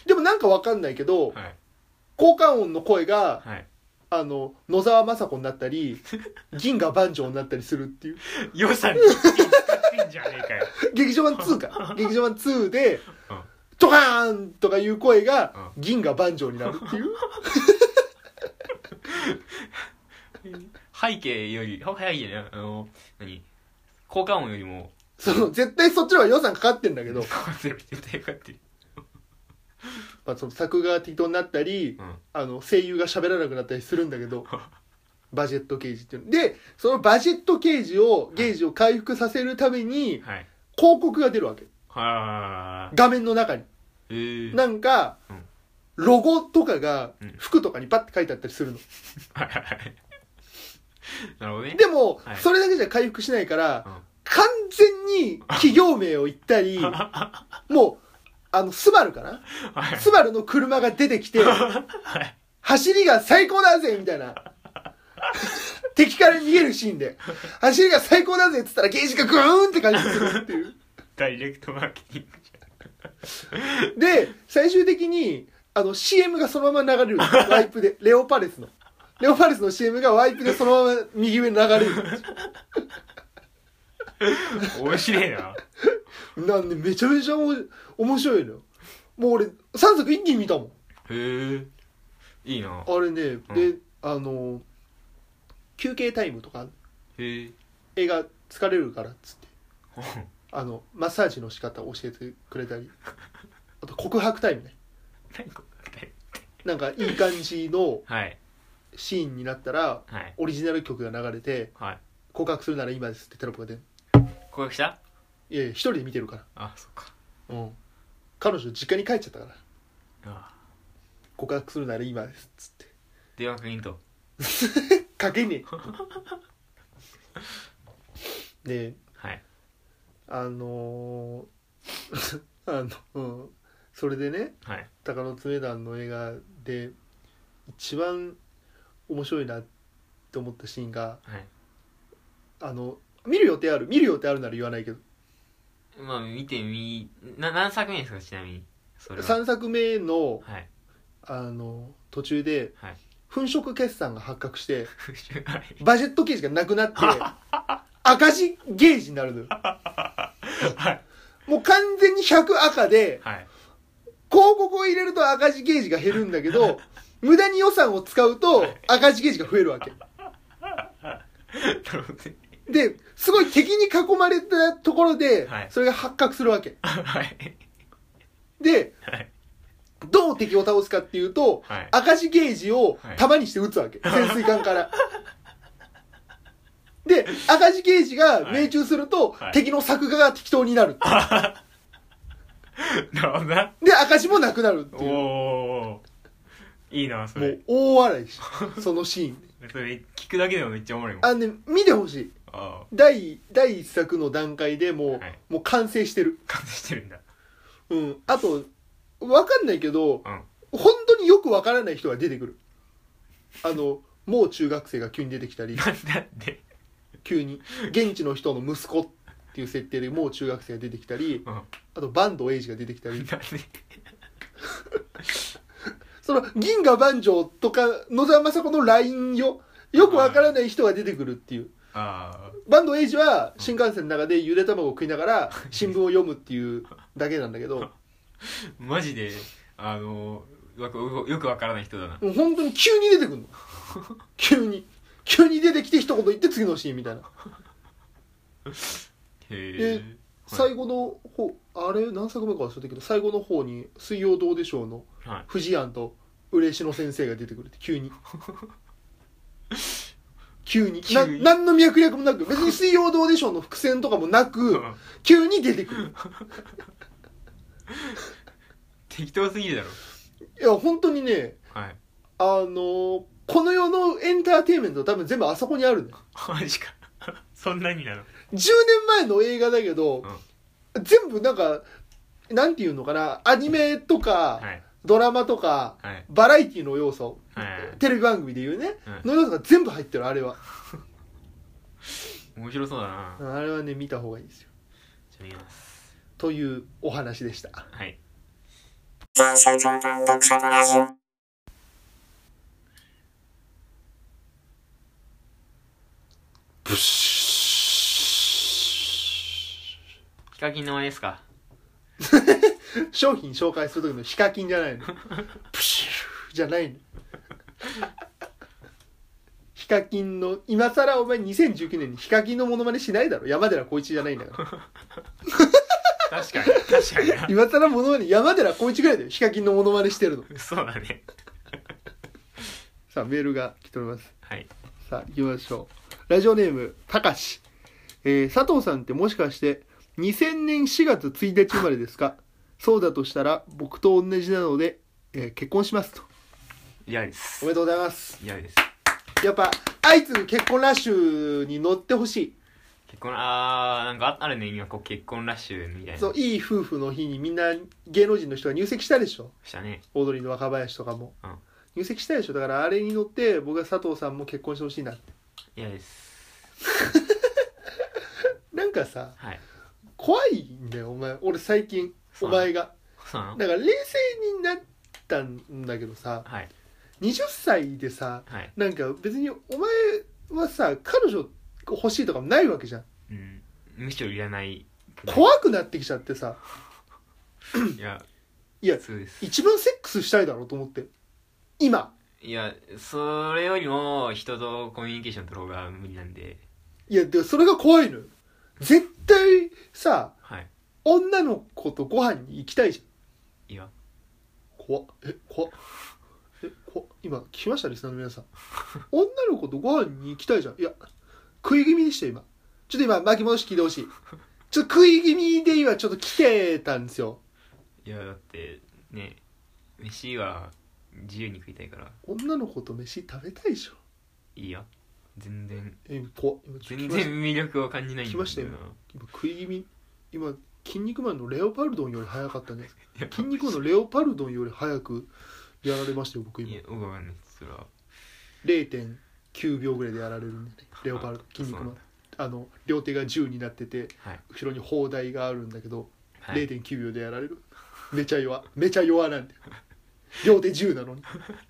[SPEAKER 1] でもなんかわかんないけど、
[SPEAKER 2] はい
[SPEAKER 1] 効果音の声が、
[SPEAKER 2] はい
[SPEAKER 1] あの、野沢雅子になっ たり、銀河万丈になったりするっていう。
[SPEAKER 2] 予算に使ってんじゃねえかよ
[SPEAKER 1] 劇場版2か劇場版2で
[SPEAKER 2] うん
[SPEAKER 1] 「ドカーン!」とかいう声が
[SPEAKER 2] う
[SPEAKER 1] 銀河万丈になるっていう
[SPEAKER 2] 背景よりほ背景じゃないあの何効果音よりも
[SPEAKER 1] その絶対そっちの方が予算かかってんだけど、
[SPEAKER 2] 絶対勝ってる
[SPEAKER 1] まあ、その作画が適当になったり
[SPEAKER 2] うん
[SPEAKER 1] あの声優が喋らなくなったりするんだけどバジェットゲージっていうのでそのバジェットゲージをゲージを回復させるため に
[SPEAKER 2] はい
[SPEAKER 1] 広告が出るわけ
[SPEAKER 2] はあ
[SPEAKER 1] 画面の中に
[SPEAKER 2] えー、
[SPEAKER 1] なんか
[SPEAKER 2] うん
[SPEAKER 1] ロゴとかが
[SPEAKER 2] うん
[SPEAKER 1] 服とかにパッて書いてあったりするの
[SPEAKER 2] はいはいはい なるほどね
[SPEAKER 1] でも
[SPEAKER 2] はい
[SPEAKER 1] それだけじゃ回復しないから
[SPEAKER 2] うん
[SPEAKER 1] 完全に企業名を言った りもうあのスバルかな
[SPEAKER 2] はい
[SPEAKER 1] スバルの車が出てきて 走りが最高だぜみたいな敵から逃げるシーンで走りが最高だぜっつったらゲージがグーンって感じするっていう
[SPEAKER 2] ダイレクトマーケティングじ
[SPEAKER 1] で最終的にあの CM がそのまま流れるワイプでレオパレスのレオパレスの CM がワイプでそのまま右上に流れる
[SPEAKER 2] ゃん面白いな
[SPEAKER 1] なんでめちゃめちゃおも面白いのよもう俺3作一気に見たもん
[SPEAKER 2] へえいいな
[SPEAKER 1] あれね、
[SPEAKER 2] うん
[SPEAKER 1] であの休憩タイムとか
[SPEAKER 2] へえ
[SPEAKER 1] 映画疲れるからっつってあのマッサージの仕方教えてくれたりあと告白タイムね
[SPEAKER 2] 何これ
[SPEAKER 1] なんかいい感じの
[SPEAKER 2] はい
[SPEAKER 1] シーンになったら
[SPEAKER 2] はい
[SPEAKER 1] オリジナル曲が流れて
[SPEAKER 2] はい
[SPEAKER 1] 告白するなら今ですってテロップが出る
[SPEAKER 2] 攻撃した
[SPEAKER 1] いやいや一人で見てるか
[SPEAKER 2] あそっから
[SPEAKER 1] うん彼女実家に帰っちゃったから
[SPEAKER 2] あ
[SPEAKER 1] 告白するなら今ですっつって
[SPEAKER 2] 電話かけんと
[SPEAKER 1] かけねえ で
[SPEAKER 2] はい
[SPEAKER 1] あのー あの、うん、それでね
[SPEAKER 2] はい
[SPEAKER 1] 「鷹の爪団」の映画で一番面白いなって思ったシーンが
[SPEAKER 2] はい
[SPEAKER 1] あの見る予定ある見る予定あるなら言わないけど
[SPEAKER 2] まあ見てみな何作目ですかちなみにそれは
[SPEAKER 1] 3作目の
[SPEAKER 2] はい
[SPEAKER 1] あの途中で
[SPEAKER 2] はい
[SPEAKER 1] 粉飾決算が発覚して
[SPEAKER 2] はい
[SPEAKER 1] バジェットゲージがな くなって赤字ゲージになるのよ
[SPEAKER 2] はい
[SPEAKER 1] もう完全に100赤で
[SPEAKER 2] はい
[SPEAKER 1] 広告を入れると赤字ゲージが減るんだけど、無駄に予算を使うと赤字ゲージが増えるわけ。
[SPEAKER 2] なるほどね
[SPEAKER 1] で、すごい敵に囲まれたところで
[SPEAKER 2] はい、
[SPEAKER 1] それが発覚するわけ。
[SPEAKER 2] はい
[SPEAKER 1] で、
[SPEAKER 2] はい
[SPEAKER 1] どう敵を倒すかっていうと、
[SPEAKER 2] はい
[SPEAKER 1] 赤字ゲージを
[SPEAKER 2] はい
[SPEAKER 1] 弾にして撃 つわけ。潜水艦から。で、赤字ゲージが命中すると
[SPEAKER 2] はい、
[SPEAKER 1] 敵の作画が適当になる。
[SPEAKER 2] なるほどな
[SPEAKER 1] で、赤字もなくなるって
[SPEAKER 2] お
[SPEAKER 1] いう。も
[SPEAKER 2] おいいなそれ
[SPEAKER 1] う大笑 いし、そのシーン。
[SPEAKER 2] それ聞くだけでもめっちゃおもろいもんあ
[SPEAKER 1] あのね、見てほしい。
[SPEAKER 2] あ
[SPEAKER 1] 第第1作の段階でもう,、
[SPEAKER 2] はい
[SPEAKER 1] もう完成してる、
[SPEAKER 2] 感じしてるんだ
[SPEAKER 1] うん、あとわかんないけど
[SPEAKER 2] うん
[SPEAKER 1] 本当によくわからない人が出てくるあのもう中学生が急に出てきたり
[SPEAKER 2] なんだって
[SPEAKER 1] 急に現地の人の息子っていう設定でもう中学生が出てきたり
[SPEAKER 2] うん
[SPEAKER 1] あと坂東エイジが出てきた
[SPEAKER 2] なん
[SPEAKER 1] り
[SPEAKER 2] で
[SPEAKER 1] その銀河万丈とか野沢雅子の LINE よよくわからない人が出てくるっていう
[SPEAKER 2] あ
[SPEAKER 1] 坂東エイジは新幹線の中でゆで卵を食いながら新聞を読むっていうだけなんだけど
[SPEAKER 2] あマジであのわよくわからない人だな
[SPEAKER 1] もう本当に急に出てくるの急に急に出てきて一言言って次のシーンみたいな
[SPEAKER 2] へえ
[SPEAKER 1] 最後の方あれ何作目か忘れたけど最後の方に「水曜どうでしょう」の
[SPEAKER 2] はい
[SPEAKER 1] 藤庵と嬉野先生が出てくるって急に急に。
[SPEAKER 2] 急
[SPEAKER 1] な、
[SPEAKER 2] に
[SPEAKER 1] 何の脈略もなく、別に水曜どうでしょうの伏線とかもな
[SPEAKER 2] う
[SPEAKER 1] く
[SPEAKER 2] ん、
[SPEAKER 1] 急に出てくる。
[SPEAKER 2] 適当すぎるだろ。
[SPEAKER 1] いや、本当にね、
[SPEAKER 2] はい。
[SPEAKER 1] あのーこの世のエンターテインメント多分全部あそこにあるのよ
[SPEAKER 2] マジか。 そんなになの
[SPEAKER 1] 10年前の映画だけど、全部なんか、なんていうのかな、アニメとか、
[SPEAKER 2] はい。
[SPEAKER 1] ドラマとか、
[SPEAKER 2] はい。
[SPEAKER 1] バラエティの要素、
[SPEAKER 2] はい。
[SPEAKER 1] テレビ番組で言うね、
[SPEAKER 2] う
[SPEAKER 1] の要素が全部入ってる、あれは。
[SPEAKER 2] 面白そうだな。
[SPEAKER 1] あれはね、見た方がいいですよ。
[SPEAKER 2] じゃあ見ます。
[SPEAKER 1] というお話でした。
[SPEAKER 2] はい。
[SPEAKER 1] ブシ
[SPEAKER 2] ヒカキンの前ですか
[SPEAKER 1] ュー商品紹介する時のヒカキンじゃないの。ブシューじゃないの。ヒカキンの、今更お前2019年にヒカキンのモノマネしないだろ。山寺宏一じゃないんだから。
[SPEAKER 2] 確かに。確かにな。
[SPEAKER 1] 今更モノマネ山寺宏一ぐらいだよヒカキンのモノマネしてるの
[SPEAKER 2] そうだね。
[SPEAKER 1] さあメールが来ております
[SPEAKER 2] はい。
[SPEAKER 1] さあ行きましょうラジオネームたかし、えー佐藤さんってもしかして2000年4月1日生まれですかそうだとしたら僕と同じなので、えー結婚しますと
[SPEAKER 2] 嫌で
[SPEAKER 1] お
[SPEAKER 2] す
[SPEAKER 1] め。でとうございます
[SPEAKER 2] 嫌です。
[SPEAKER 1] やっぱ相次ぐ結婚ラッシュに乗ってほし
[SPEAKER 2] 結婚、あー、なんかあるね、今、こう、結婚ラッシュみたい
[SPEAKER 1] い
[SPEAKER 2] な。
[SPEAKER 1] そういい夫婦の日にみんな芸能人の人が入籍したでしょ
[SPEAKER 2] したね。
[SPEAKER 1] オードリーの若林とかも、
[SPEAKER 2] うん
[SPEAKER 1] 入籍したでしょだからあれに乗って僕は佐藤さんも結婚してほしいな
[SPEAKER 2] 嫌です。
[SPEAKER 1] なんかさ
[SPEAKER 2] はい。
[SPEAKER 1] 怖いんだよお前俺最近お
[SPEAKER 2] そう
[SPEAKER 1] 前が
[SPEAKER 2] そうなの
[SPEAKER 1] だから冷静になったんだけどさ
[SPEAKER 2] はい。
[SPEAKER 1] 20歳でさ
[SPEAKER 2] はい。
[SPEAKER 1] なんか別にお前はさ彼女欲しいとかもないわけじゃん
[SPEAKER 2] うん。むしろいらない。
[SPEAKER 1] 怖くなってきちゃってさ
[SPEAKER 2] いや、
[SPEAKER 1] いや
[SPEAKER 2] 普通です。
[SPEAKER 1] 一番セックスしたいだろうと思って今
[SPEAKER 2] いや、それよりも、人とコミュニケーション取る方が無理なんで。
[SPEAKER 1] いやでもそれが怖いのよ絶対さ
[SPEAKER 2] はい。
[SPEAKER 1] 女の子とご飯に行きたいじゃん
[SPEAKER 2] いや、
[SPEAKER 1] 怖っえ怖っえ怖っ今聞きましたリスナーの皆さん女の子とご飯に行きたいじゃんいや食い気味でしたよ今ちょっと今巻き戻し聞いてほしいちょっと食い気味で今ちょっと来てたんですよ
[SPEAKER 2] いや、だって、ね、飯は自由に食いたいから、
[SPEAKER 1] 女の子と飯食べたいでしょ
[SPEAKER 2] いいよ。全然、
[SPEAKER 1] え今怖っ今ちょっと
[SPEAKER 2] 全
[SPEAKER 1] 聞きました
[SPEAKER 2] 然魅力を感じないんだけど
[SPEAKER 1] 来ましたよ
[SPEAKER 2] な
[SPEAKER 1] 今食い気味今筋肉マンのレオパルドンより早かったね
[SPEAKER 2] いや
[SPEAKER 1] 筋肉マンのレオパルドンより早くやられましたよ僕
[SPEAKER 2] い
[SPEAKER 1] 今
[SPEAKER 2] や、僕はね、それは、
[SPEAKER 1] 0.9秒ぐらいでやられるんでねレオパルドン筋肉マンあの両手が10になってて
[SPEAKER 2] はい。
[SPEAKER 1] 後ろに砲台があるんだけど、
[SPEAKER 2] はい、
[SPEAKER 1] 0.9秒でやられるめちゃ弱めちゃ弱なんで両手10なのに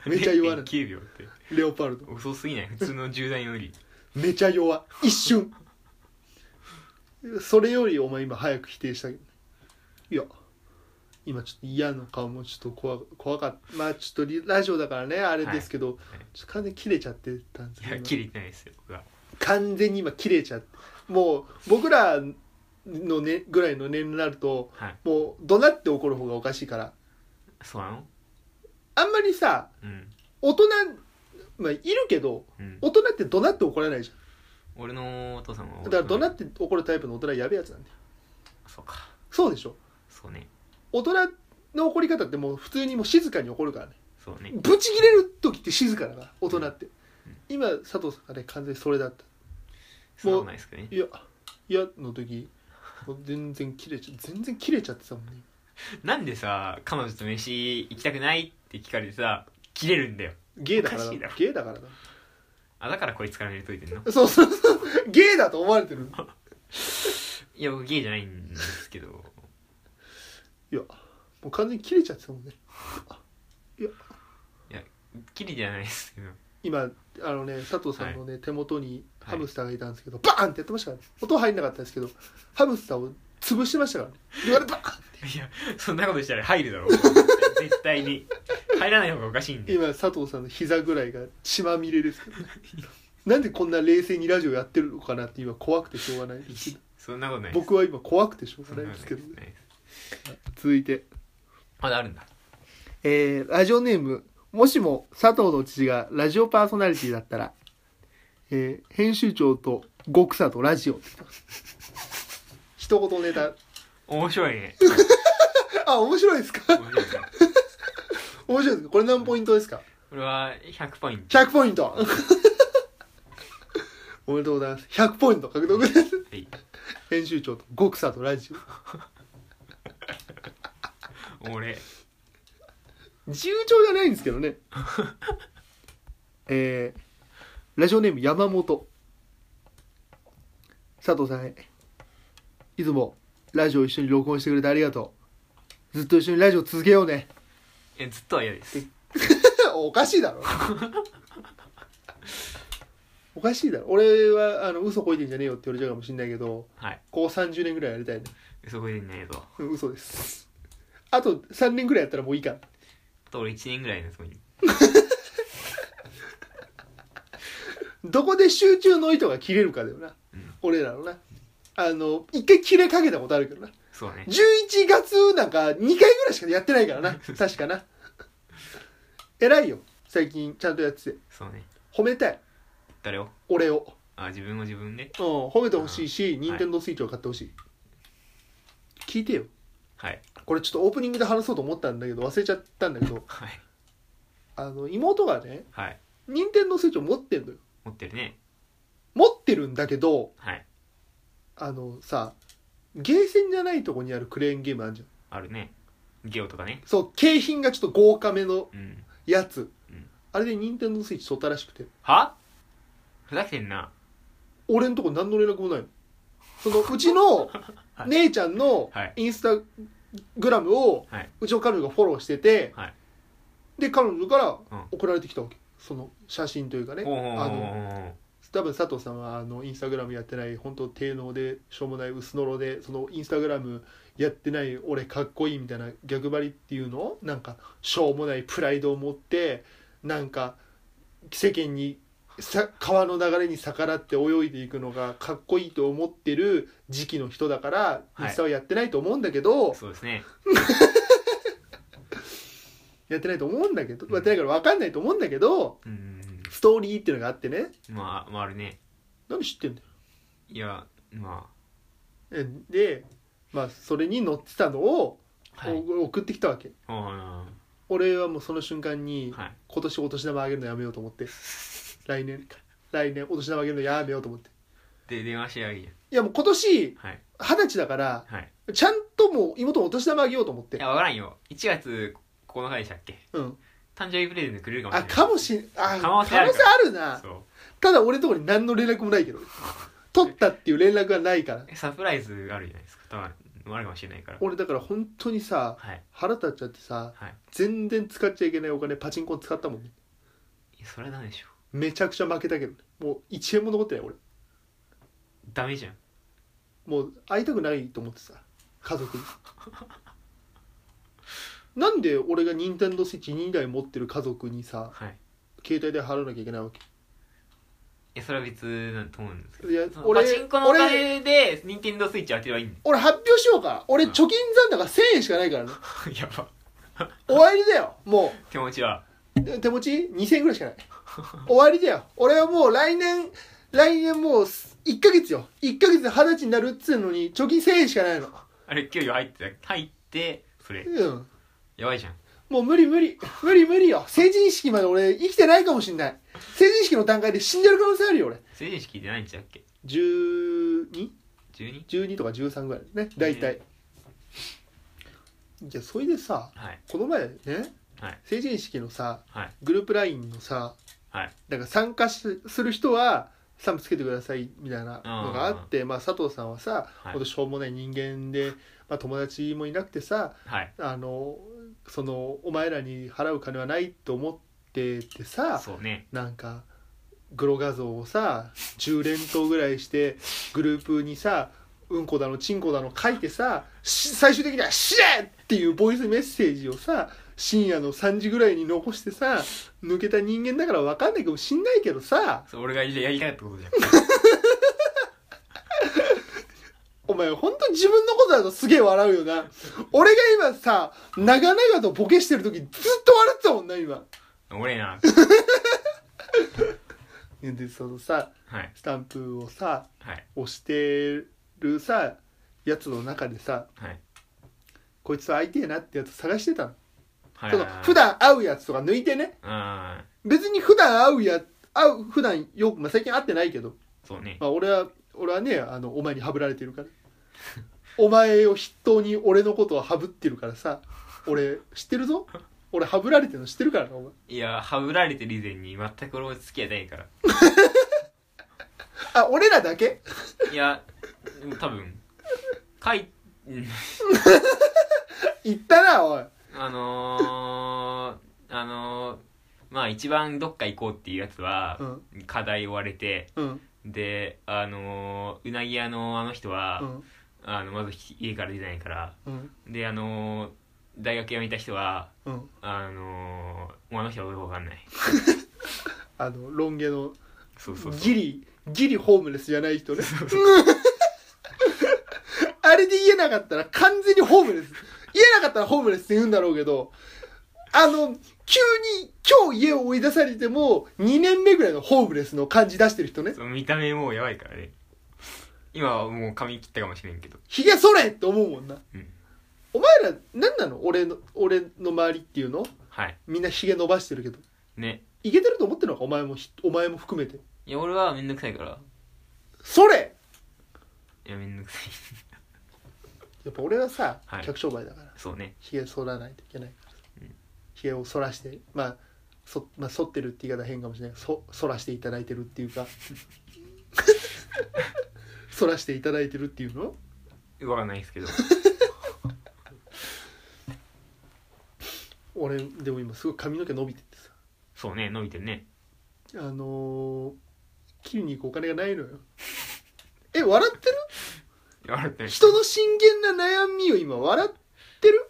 [SPEAKER 1] めちゃ 弱なんで
[SPEAKER 2] 9秒って、
[SPEAKER 1] レオパルド
[SPEAKER 2] 遅すぎない普通の10代より。
[SPEAKER 1] めちゃ弱一瞬それよりお前今早く否定したけどいや今ちょっと嫌な顔もちょっと怖怖かったまあちょっとリラジオだからねあれですけ
[SPEAKER 2] い
[SPEAKER 1] ど、
[SPEAKER 2] はい
[SPEAKER 1] ちょっと完全に切れちゃってたんです
[SPEAKER 2] い
[SPEAKER 1] よ
[SPEAKER 2] や、
[SPEAKER 1] 今
[SPEAKER 2] 切れてないですよ、僕は。
[SPEAKER 1] 完全に今切れちゃってもう僕らの、ね、ぐらいの年齢になると
[SPEAKER 2] はい。
[SPEAKER 1] もう怒鳴って怒る方がおかしいから
[SPEAKER 2] そうなの
[SPEAKER 1] あんまりさ
[SPEAKER 2] うん。
[SPEAKER 1] 大人、まあ、いるけど
[SPEAKER 2] うん。
[SPEAKER 1] 大人って怒鳴って怒らないじゃ
[SPEAKER 2] 俺のお父さんは。
[SPEAKER 1] んだから怒鳴
[SPEAKER 2] な
[SPEAKER 1] って怒るタイプの大人はやべえやつなんだよ
[SPEAKER 2] そうか。
[SPEAKER 1] そうでしょ
[SPEAKER 2] そうね。
[SPEAKER 1] 大人の怒り方ってもう普通にもう静かに怒るからね
[SPEAKER 2] そうね。
[SPEAKER 1] ブチ切れる時って静かだから大人って今佐藤さんがね完全にそれだった
[SPEAKER 2] そんなことないですけどね。
[SPEAKER 1] いやいやの時もう全然切れちゃ全然切れちゃってたもんね
[SPEAKER 2] なんでさ、彼女と飯行きたくないって聞かれてさ、切れるんだよ。
[SPEAKER 1] ゲイだから
[SPEAKER 2] お
[SPEAKER 1] だ
[SPEAKER 2] かしいだろ
[SPEAKER 1] ゲイだからだ
[SPEAKER 2] あ、だからこいつから入れといてんの
[SPEAKER 1] そうそうそうゲイだと思われてる
[SPEAKER 2] いや、僕ゲイじゃないんですけど。
[SPEAKER 1] いやもう完全に切れちゃってたもんね
[SPEAKER 2] 切りじゃないですけど。
[SPEAKER 1] 今あのね佐藤さんのね、手元に
[SPEAKER 2] はい
[SPEAKER 1] ハムスターがいたんですけど、バーンってやってましたから、ね、音入んなかったですけどハムスターを潰してましたからね言われバーン
[SPEAKER 2] いや、そんなことしたら入るだろう。絶対に。入らない方がおかしいんで。
[SPEAKER 1] 今佐藤さんの膝ぐらいが血まみれですけど、ね、なんでこんな冷静にラジオやってるのかなって今怖くてしょうがないです
[SPEAKER 2] そんなことないです。
[SPEAKER 1] 僕は今怖くてしょう
[SPEAKER 2] そん
[SPEAKER 1] が
[SPEAKER 2] な
[SPEAKER 1] ない
[SPEAKER 2] こ
[SPEAKER 1] で
[SPEAKER 2] と
[SPEAKER 1] すけ
[SPEAKER 2] な
[SPEAKER 1] ど
[SPEAKER 2] いで
[SPEAKER 1] ね
[SPEAKER 2] す。
[SPEAKER 1] 続いて、
[SPEAKER 2] まだあるんだ。
[SPEAKER 1] えーラジオネームもしも佐藤の父がラジオパーソナリティだったらえー編集長と極左とラジオって来てます。一言ネタ。
[SPEAKER 2] 面白い ね。
[SPEAKER 1] あ、面白いですか
[SPEAKER 2] 面白いね
[SPEAKER 1] 面白いですかこれ何ポイントですか
[SPEAKER 2] これは100ポイント。
[SPEAKER 1] ?100 ポイント おめでとうございます。100ポイント獲得です。
[SPEAKER 2] はい
[SPEAKER 1] 編集長と極左とラジ
[SPEAKER 2] 俺、
[SPEAKER 1] オ。自由帳じゃないんですけど ね。えー、ラジオネーム山本。佐藤さんへ。いつもラジオ一緒に録音してくれてありがとう。ずっと一緒にラジオ続けようね。
[SPEAKER 2] えずっとは嫌です。
[SPEAKER 1] おかしいだろ おかしいだろ俺はあの嘘こいてんじゃねえよって言われちゃうかもしんないけど
[SPEAKER 2] はい。
[SPEAKER 1] こう30年ぐらいやりたいね
[SPEAKER 2] 嘘こいてんねえぞ。
[SPEAKER 1] うん嘘ですあと3年ぐらいやったらもういいから
[SPEAKER 2] あと俺1年ぐらいのそこに。
[SPEAKER 1] どこで集中の糸が切れるかだよな、
[SPEAKER 2] うん
[SPEAKER 1] 俺らのなあの一回切れかけたことあるけどな
[SPEAKER 2] そうだね。
[SPEAKER 1] 11月なんか2回ぐらいしかやってないか らな確かな偉いよ最近ちゃんとやってて
[SPEAKER 2] そうね。
[SPEAKER 1] 褒めたい
[SPEAKER 2] 誰を
[SPEAKER 1] 俺を
[SPEAKER 2] あ、自分を自分で。
[SPEAKER 1] うん、褒めてほしいし、任天堂スイッチを買ってほしい、聞いてよ
[SPEAKER 2] はい。
[SPEAKER 1] これちょっとオープニングで話そうと思ったんだけど忘れちゃったんだけど
[SPEAKER 2] はい。
[SPEAKER 1] あの妹がね
[SPEAKER 2] はい。
[SPEAKER 1] 任天堂スイッチを持ってんのよ
[SPEAKER 2] 持ってるね。
[SPEAKER 1] 持ってるんだけど
[SPEAKER 2] はい。
[SPEAKER 1] あのさゲーセンじゃないとこにあるクレーンゲームあるじゃん
[SPEAKER 2] あるね。ゲオとかね。
[SPEAKER 1] そう景品がちょっと豪華めの
[SPEAKER 2] うん。
[SPEAKER 1] やつ、
[SPEAKER 2] うん
[SPEAKER 1] あれで任天堂スイッチ取ったらしくて
[SPEAKER 2] はふざけてんな。
[SPEAKER 1] 俺んとこ何の連絡もないのそのうち の
[SPEAKER 2] はい
[SPEAKER 1] 姉ちゃんの
[SPEAKER 2] はい
[SPEAKER 1] インスタグラムを
[SPEAKER 2] はいう
[SPEAKER 1] ちの彼女がフォローしてて、
[SPEAKER 2] はい
[SPEAKER 1] で彼女から
[SPEAKER 2] うん
[SPEAKER 1] 送られてきたわけその写真というかね
[SPEAKER 2] おおお
[SPEAKER 1] あの
[SPEAKER 2] お
[SPEAKER 1] 多分佐藤さんはあのインスタグラムやってない本当低能でしょうもない薄のろでそのインスタグラムやってない俺かっこいいみたいな逆張りっていうのをなんかしょうもないプライドを持ってなんか世間にさ川の流れに逆らって泳いでいくのがかっこいいと思ってる時期の人だから
[SPEAKER 2] はい
[SPEAKER 1] インスタはやってないと思うんだけど、
[SPEAKER 2] そうですね。
[SPEAKER 1] やってないと思うんだけどやってないから分かんないと思うんだけど
[SPEAKER 2] うんうん
[SPEAKER 1] ストーリーっていうのがあってね
[SPEAKER 2] うん。まあ、まあ、あるね。
[SPEAKER 1] 何知ってんだよ
[SPEAKER 2] いや、ま
[SPEAKER 1] えで、まあ、それに乗ってたのを、
[SPEAKER 2] あ。はい。
[SPEAKER 1] お送ってきたわけ
[SPEAKER 2] おー
[SPEAKER 1] 俺はもうその瞬間に、
[SPEAKER 2] はい。
[SPEAKER 1] 今年お年玉あげるのやめようと思って来年か来年お年玉あげるのやめようと思って
[SPEAKER 2] で、電話してやるよ。
[SPEAKER 1] いやもう今年
[SPEAKER 2] はい。
[SPEAKER 1] 二十歳だから
[SPEAKER 2] はい。
[SPEAKER 1] ちゃんともう妹もお年玉あげようと思っ
[SPEAKER 2] い
[SPEAKER 1] て
[SPEAKER 2] や、わからんよ。1月9日でしたっけ
[SPEAKER 1] うん
[SPEAKER 2] 誕生日プレゼントくれるかもし
[SPEAKER 1] あ
[SPEAKER 2] れない。
[SPEAKER 1] かも
[SPEAKER 2] 可能
[SPEAKER 1] しんあ可能
[SPEAKER 2] 性
[SPEAKER 1] 性
[SPEAKER 2] あ
[SPEAKER 1] あ
[SPEAKER 2] る
[SPEAKER 1] る
[SPEAKER 2] から
[SPEAKER 1] な
[SPEAKER 2] そう。
[SPEAKER 1] ただ俺のところに何の連絡もないけど取ったっていう連絡がないから
[SPEAKER 2] サプライズがあるじゃないですか。たまにあるかもしれないから。
[SPEAKER 1] 俺だから本当にさ
[SPEAKER 2] はい。
[SPEAKER 1] 腹立っちゃってさ
[SPEAKER 2] はい。
[SPEAKER 1] 全然使っちゃいけないお金パチンコ使ったもんね
[SPEAKER 2] いやそれはダメでしょ。
[SPEAKER 1] めちゃくちゃ負けたけどねもう1円も残ってない俺
[SPEAKER 2] ダメじゃん。
[SPEAKER 1] もう会いたくないと思ってさ家 族になんで俺が任天堂スイッチ2台持ってる家族にさ
[SPEAKER 2] はい。
[SPEAKER 1] 携帯で払わなきゃいけないわけ
[SPEAKER 2] いや、それは別だと思うんですけ
[SPEAKER 1] いや
[SPEAKER 2] ど。
[SPEAKER 1] 俺
[SPEAKER 2] パチンコのお
[SPEAKER 1] 俺
[SPEAKER 2] 金で、ニンテンドースイッチ当てればいいん
[SPEAKER 1] 俺発表しようか俺
[SPEAKER 2] うん
[SPEAKER 1] 貯金残高1000円しかないからね
[SPEAKER 2] だ。 やば。
[SPEAKER 1] 終わりだよも
[SPEAKER 2] 手持ちは。
[SPEAKER 1] う手持ち2000円ぐらいしかない終わりだよ俺はもう来年来年もう1ヶ月よ1ヶ月で二十歳になるっつうのに貯金1000円しかないの
[SPEAKER 2] あれ、給与入ってた。入って、それ。
[SPEAKER 1] うん
[SPEAKER 2] やばいじゃん。
[SPEAKER 1] もう無理無理無理無理よ成人式まで俺生きてないかもしんない成人式の段階で死んじゃる可能性あるよ俺
[SPEAKER 2] 成人式でないんじゃっけ
[SPEAKER 1] 12?12
[SPEAKER 2] ?12?
[SPEAKER 1] とか13ぐらいね大体、いやそれでさ
[SPEAKER 2] はい。
[SPEAKER 1] この前ね、
[SPEAKER 2] はい
[SPEAKER 1] 成人式のさ
[SPEAKER 2] はい。
[SPEAKER 1] グループ LINE のさ、
[SPEAKER 2] はい
[SPEAKER 1] なんか参加しする人はスタンプつけてくださいみたいなのがあってまあ、佐藤さんはさ、
[SPEAKER 2] はい
[SPEAKER 1] ほんとしょうもない人間で、まあ、友達もいなくてさ、
[SPEAKER 2] はい。
[SPEAKER 1] あのそのお前らに払う金はないと思っててさ
[SPEAKER 2] そうね。
[SPEAKER 1] なんかグロ画像をさ10連投ぐらいしてグループにさうんこだのちんこだの書いてさし最終的には「死ね!」っていうボイスメッセージをさ深夜の3時ぐらいに残してさ抜けた人間だから分かんないかもしんないけどさ
[SPEAKER 2] そう俺がやりたかったことじゃん。
[SPEAKER 1] お前ほんと自分のことだとすげえ笑うよな俺が今さ長々とボケしてる時ずっと笑ってたもんな今。
[SPEAKER 2] 俺な。
[SPEAKER 1] でそのさ
[SPEAKER 2] はい
[SPEAKER 1] スタンプをさ
[SPEAKER 2] はい
[SPEAKER 1] 押してるさやつの中でさ
[SPEAKER 2] はい
[SPEAKER 1] こいつ会いてえなってやつ探してたの
[SPEAKER 2] はい
[SPEAKER 1] その普段会うやつとか抜いてね
[SPEAKER 2] ああ
[SPEAKER 1] 別に普段会うや会う普段よく、まあ、最近会ってないけど、
[SPEAKER 2] そうね
[SPEAKER 1] まあ、俺は俺はねあのお前にハブられてるから お前を筆頭に俺のことをハブってるからさ俺知ってるぞ俺ハブられてるの知ってるからなお前
[SPEAKER 2] いやはぶられてる以前に全く俺も付き合いないから
[SPEAKER 1] あ俺らだけ
[SPEAKER 2] いやうん多分かいうん
[SPEAKER 1] 言ったなおい
[SPEAKER 2] あのー、あのー、まあ一番どっか行こうっていうやつは
[SPEAKER 1] う、ん
[SPEAKER 2] 課題追われて
[SPEAKER 1] うん
[SPEAKER 2] であのー、うなぎ屋のあの人は、
[SPEAKER 1] うん
[SPEAKER 2] あのまず家から出てないから
[SPEAKER 1] うん
[SPEAKER 2] であのー、大学辞めた人は
[SPEAKER 1] うん
[SPEAKER 2] あのー、もうあの人はよくわかんない
[SPEAKER 1] あのロン毛の
[SPEAKER 2] そうそうそう
[SPEAKER 1] ギリギリホームレスじゃない人ね あれで言えなかったら完全にホームレス言えなかったらホームレスって言うんだろうけどあの急に今日家を追い出されても2年目ぐらいのホームレスの感じ出してる人ね
[SPEAKER 2] そう見た目もうやばいからね今はもう髪切ったかもしれんけど
[SPEAKER 1] ひげ剃れって思うもんな、
[SPEAKER 2] うん
[SPEAKER 1] お前ら何なの俺の俺の周りっていうの
[SPEAKER 2] はい
[SPEAKER 1] みんなひげ伸ばしてるけど
[SPEAKER 2] ね
[SPEAKER 1] いけてると思ってるのかお前もひお前も含めて
[SPEAKER 2] いや俺はめんどくさいから
[SPEAKER 1] それ
[SPEAKER 2] いやめんどくさい
[SPEAKER 1] やっぱ俺はさ、
[SPEAKER 2] はい
[SPEAKER 1] 客商売だから
[SPEAKER 2] そうね
[SPEAKER 1] ひげ剃らないといけないからさ
[SPEAKER 2] うん
[SPEAKER 1] ひげを剃らしてまあそ、まあ、剃ってるって言い方変かもしれないそ剃らしていただいてるっていうか 剃らしていただいてるっていうの
[SPEAKER 2] わかんないですけど
[SPEAKER 1] 俺でも今すごい髪の毛伸びてってさ
[SPEAKER 2] そうね伸びてるね
[SPEAKER 1] あのー、切りに行くお金がないのよえ笑ってる
[SPEAKER 2] いや笑ってる
[SPEAKER 1] 人の真剣な悩みを今笑ってる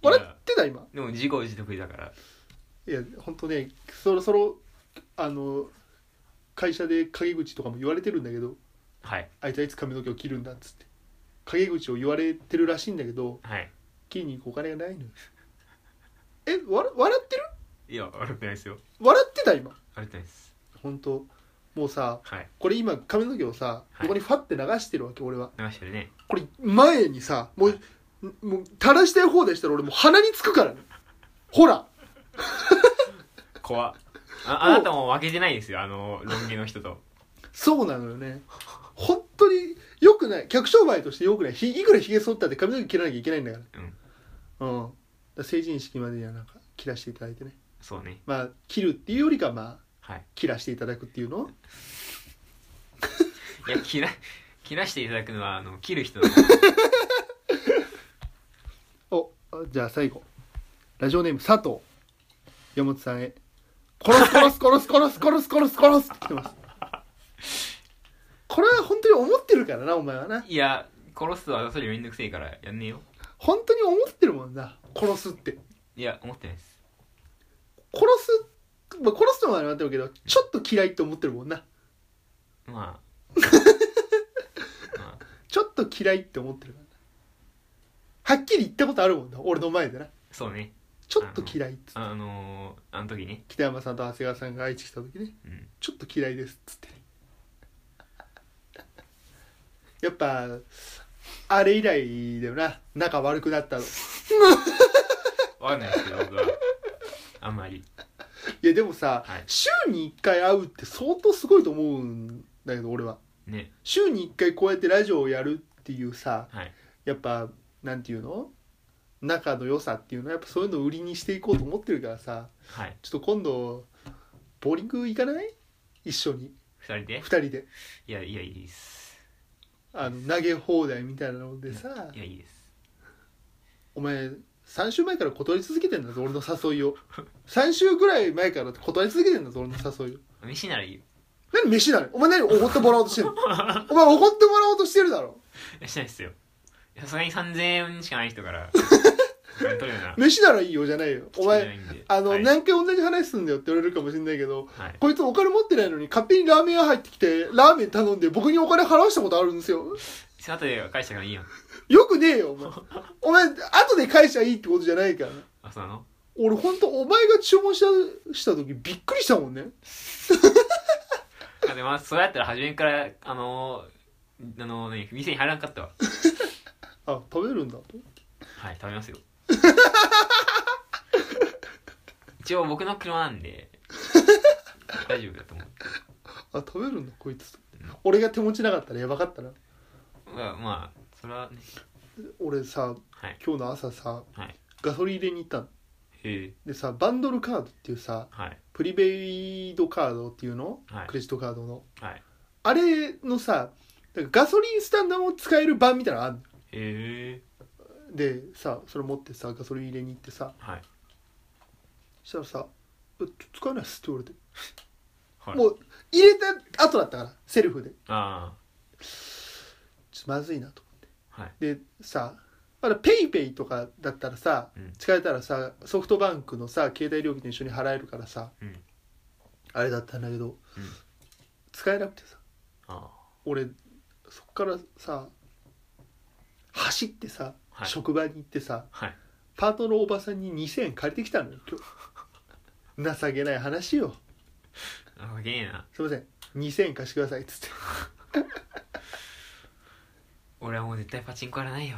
[SPEAKER 1] 笑
[SPEAKER 2] いや
[SPEAKER 1] ってた今
[SPEAKER 2] でも自業自得意だから
[SPEAKER 1] いや本当ねそろそろあの会社で陰口とかも言われてるんだけど
[SPEAKER 2] はい
[SPEAKER 1] あいつはいつ髪の毛を切るんだっつって陰口を言われてるらしいんだけど
[SPEAKER 2] はい
[SPEAKER 1] 切りに行くお金がないのよえわら笑ってる
[SPEAKER 2] いや笑ってないですよ
[SPEAKER 1] 笑ってた今
[SPEAKER 2] 笑ってないです
[SPEAKER 1] 本当もうさ
[SPEAKER 2] はい
[SPEAKER 1] これ今髪の毛をさ
[SPEAKER 2] はい
[SPEAKER 1] ここにファって流してるわけ俺は
[SPEAKER 2] 流してるね
[SPEAKER 1] これ前にさもうもう垂らしたい方でしたら俺もう鼻につくからねほら
[SPEAKER 2] 怖っああなたも負けてないですよあのロン毛の人と
[SPEAKER 1] そうなのよね本当によくない客商売としてよくないひいくらひげ剃ったって髪の毛切らなきゃいけないんだからうん、だから成人式までにはなんか切らしていただいてね
[SPEAKER 2] そうね
[SPEAKER 1] まあ切るっていうよりかまあ
[SPEAKER 2] はい
[SPEAKER 1] 切らしていただくっていうの
[SPEAKER 2] いや 切ら切らしていただくのはあの切る人の
[SPEAKER 1] おじゃあ最後ラジオネーム佐藤山本さんへ殺す殺す殺す殺す殺す殺す殺すって来てますこれは本当に思ってるからなお前はない
[SPEAKER 2] や殺すはそれめんどくせえからやんねえよ
[SPEAKER 1] 本当に思ってるもんな殺すって
[SPEAKER 2] いや思ってないです
[SPEAKER 1] 殺す、まあ、殺すのはなってるけどちょっと嫌いって思ってるもんな
[SPEAKER 2] まあまあ
[SPEAKER 1] ちょっと嫌いって思ってるからなはっきり言ったことあるもんな俺の前でな
[SPEAKER 2] そうね
[SPEAKER 1] ちょっと嫌いっつって
[SPEAKER 2] あのー、あの時ね
[SPEAKER 1] 北山さんと長谷川さんが愛知来た時ね
[SPEAKER 2] うん
[SPEAKER 1] ちょっと嫌いですっつって ねやっぱあれ以来だよな仲悪くなったの
[SPEAKER 2] わかんないですけど僕はあんまり
[SPEAKER 1] いやでもさ、
[SPEAKER 2] はい
[SPEAKER 1] 週に1回会うって相当すごいと思うんだけど俺は
[SPEAKER 2] ね
[SPEAKER 1] 週に1回こうやってラジオをやるっていうさ
[SPEAKER 2] はい
[SPEAKER 1] やっぱなんていうの仲の良さっていうのはやっぱそういうのを売りにしていこうと思ってるからさ
[SPEAKER 2] はい
[SPEAKER 1] ちょっと今度ボーリング行かない一緒に
[SPEAKER 2] 二人で
[SPEAKER 1] 2人で
[SPEAKER 2] いやいやいいです
[SPEAKER 1] あの投げ放題みたいなのでさ
[SPEAKER 2] いやいいです
[SPEAKER 1] お前3週前から断り続けてんだぞ俺の誘いを3週ぐらい前から断り続けてんだぞ俺の誘いを
[SPEAKER 2] 飯ならいいよ
[SPEAKER 1] 何飯なのお前何おごってもらおうとしてるのお前おごってもらおうとしてるだろ
[SPEAKER 2] いやしないですよさすがに3000円しかない人からお金取るような
[SPEAKER 1] 飯ならいいよじゃないよお
[SPEAKER 2] 人
[SPEAKER 1] 前
[SPEAKER 2] じゃないんで
[SPEAKER 1] あの、
[SPEAKER 2] はい、
[SPEAKER 1] 何回同じ話すんだよって言われるかもしれないけど
[SPEAKER 2] はい、
[SPEAKER 1] こいつお金持ってないのに勝手にラーメン屋入ってきてラーメン頼んで僕にお金払わしたことあるんですよ
[SPEAKER 2] その後で返したからいいよ
[SPEAKER 1] よくねえよお前お前後で返しゃいいってことじゃないから
[SPEAKER 2] あそうなの
[SPEAKER 1] 俺ほんとお前が注文したした時びっくりしたもんね
[SPEAKER 2] あでもそうやったら初めからあのーあのーね店に入らんかったわ
[SPEAKER 1] あ食べるんだ
[SPEAKER 2] はい食べますよ 一応僕の車なんで大丈夫だと思う
[SPEAKER 1] あ食べるんだこいつ俺が手持ちなかったらやばかったな
[SPEAKER 2] まあまあそれはね
[SPEAKER 1] 俺さ
[SPEAKER 2] はい
[SPEAKER 1] 今日の朝さ
[SPEAKER 2] はい
[SPEAKER 1] ガソリン入れに行ったの
[SPEAKER 2] へえ
[SPEAKER 1] でさバンドルカードっていうさ
[SPEAKER 2] はい
[SPEAKER 1] プリペイドカードっていうの、
[SPEAKER 2] はい
[SPEAKER 1] クレジットカードの
[SPEAKER 2] はい
[SPEAKER 1] あれのさなんかガソリンスタンドも使える版みたいなのあんの
[SPEAKER 2] へえ
[SPEAKER 1] でさそれ持ってさガソリン入れに行ってさ
[SPEAKER 2] はい
[SPEAKER 1] したらさ「えちょ使えないっす」って言われて
[SPEAKER 2] はい
[SPEAKER 1] もう入れた後だったからセルフで
[SPEAKER 2] あ
[SPEAKER 1] ちょまずいなと
[SPEAKER 2] あはい
[SPEAKER 1] でさまだペイペイとかだったらさ、
[SPEAKER 2] うん
[SPEAKER 1] 使えたらさソフトバンクのさ携帯料金と一緒に払えるからさ
[SPEAKER 2] うん
[SPEAKER 1] あれだったんだけど、使えなくてさ
[SPEAKER 2] あ
[SPEAKER 1] 俺そっからさ走ってさ、
[SPEAKER 2] はい
[SPEAKER 1] 職場に行ってさ
[SPEAKER 2] あはい
[SPEAKER 1] パートのおばさんに2,000円借りてきたのよ今日情けない話よ
[SPEAKER 2] あすげえな
[SPEAKER 1] すいません2,000円貸してくださいっつって
[SPEAKER 2] 俺はもう絶対パチンコやらないよ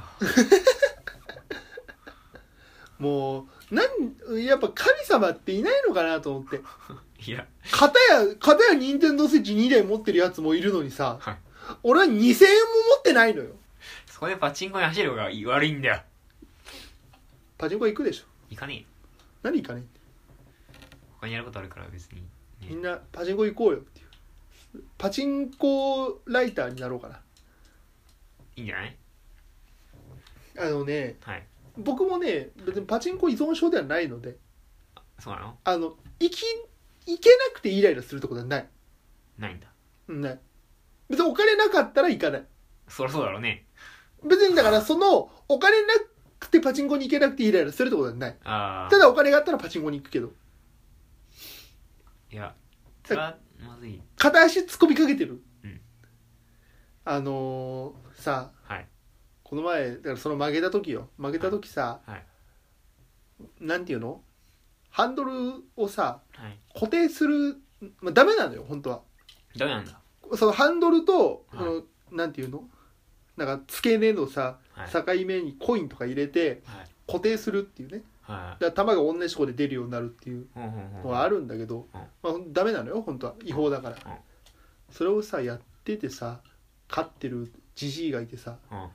[SPEAKER 1] もうなんやっぱ神様っていないのかなと思って
[SPEAKER 2] いや
[SPEAKER 1] 片や片や任天堂スイッチ2台持ってるやつもいるのにさ
[SPEAKER 2] はい
[SPEAKER 1] 俺は2,000円も持ってないのよ
[SPEAKER 2] そこでパチンコに走る方がいい悪いんだよ
[SPEAKER 1] パチンコ行くでしょ
[SPEAKER 2] 行かねえ
[SPEAKER 1] 何行かねって
[SPEAKER 2] 他にやることあるから別にね
[SPEAKER 1] みんなパチンコ行こうよっていうパチンコライターになろうかない
[SPEAKER 2] いんじゃない
[SPEAKER 1] あのね
[SPEAKER 2] はい
[SPEAKER 1] 僕もね別にパチンコ依存症ではないので
[SPEAKER 2] そうなの
[SPEAKER 1] あの行き行けなくてイライラするってことはない
[SPEAKER 2] ないんだ
[SPEAKER 1] ない別にお金なかったら行かない
[SPEAKER 2] そりゃそうだろうね
[SPEAKER 1] 別に だからそのお金なくてパチンコに行けなくてイライラするってことはない
[SPEAKER 2] ああ
[SPEAKER 1] ただお金があったらパチンコに行くけど
[SPEAKER 2] いやそれはまずい
[SPEAKER 1] 片足突っ込みかけてる、
[SPEAKER 2] うん
[SPEAKER 1] あのーさ
[SPEAKER 2] はい
[SPEAKER 1] この前だからその曲げた時よ曲げた時さ、
[SPEAKER 2] はい
[SPEAKER 1] なんていうのハンドルをさ
[SPEAKER 2] はい
[SPEAKER 1] 固定する、まあ、ダメなのよ本当は
[SPEAKER 2] ダメなんだ
[SPEAKER 1] そのハンドルと、
[SPEAKER 2] はい
[SPEAKER 1] そのなんていうのなんか付け根のさ
[SPEAKER 2] はい
[SPEAKER 1] 境目にコインとか入れて
[SPEAKER 2] はい
[SPEAKER 1] 固定するっていうね
[SPEAKER 2] はい
[SPEAKER 1] だから球が同じとこで出るようになるっていう
[SPEAKER 2] ほうほう
[SPEAKER 1] の
[SPEAKER 2] ほう
[SPEAKER 1] があるんだけど、
[SPEAKER 2] うん
[SPEAKER 1] まあ、ダメなのよ本当は違法だから、
[SPEAKER 2] うん
[SPEAKER 1] それをさやっててさ勝ってるじじいがいてさ
[SPEAKER 2] うん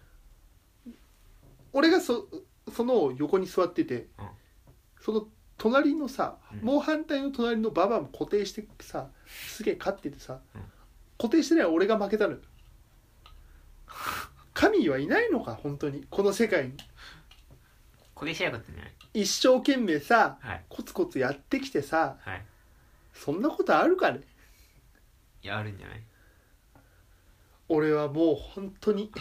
[SPEAKER 1] 俺がそその横に座ってて、
[SPEAKER 2] うん
[SPEAKER 1] その隣のさ、
[SPEAKER 2] うん
[SPEAKER 1] もう反対の隣のババアも固定してさすげえ勝っててさ、
[SPEAKER 2] うん
[SPEAKER 1] 固定してない俺が負けたのよ神はいないのか本当にこの世界に
[SPEAKER 2] これしやがったんじゃない
[SPEAKER 1] 一生懸命さ
[SPEAKER 2] はい
[SPEAKER 1] コツコツやってきてさ
[SPEAKER 2] はい
[SPEAKER 1] そんなことあるかね
[SPEAKER 2] いやあるんじゃない
[SPEAKER 1] 俺はもう本当に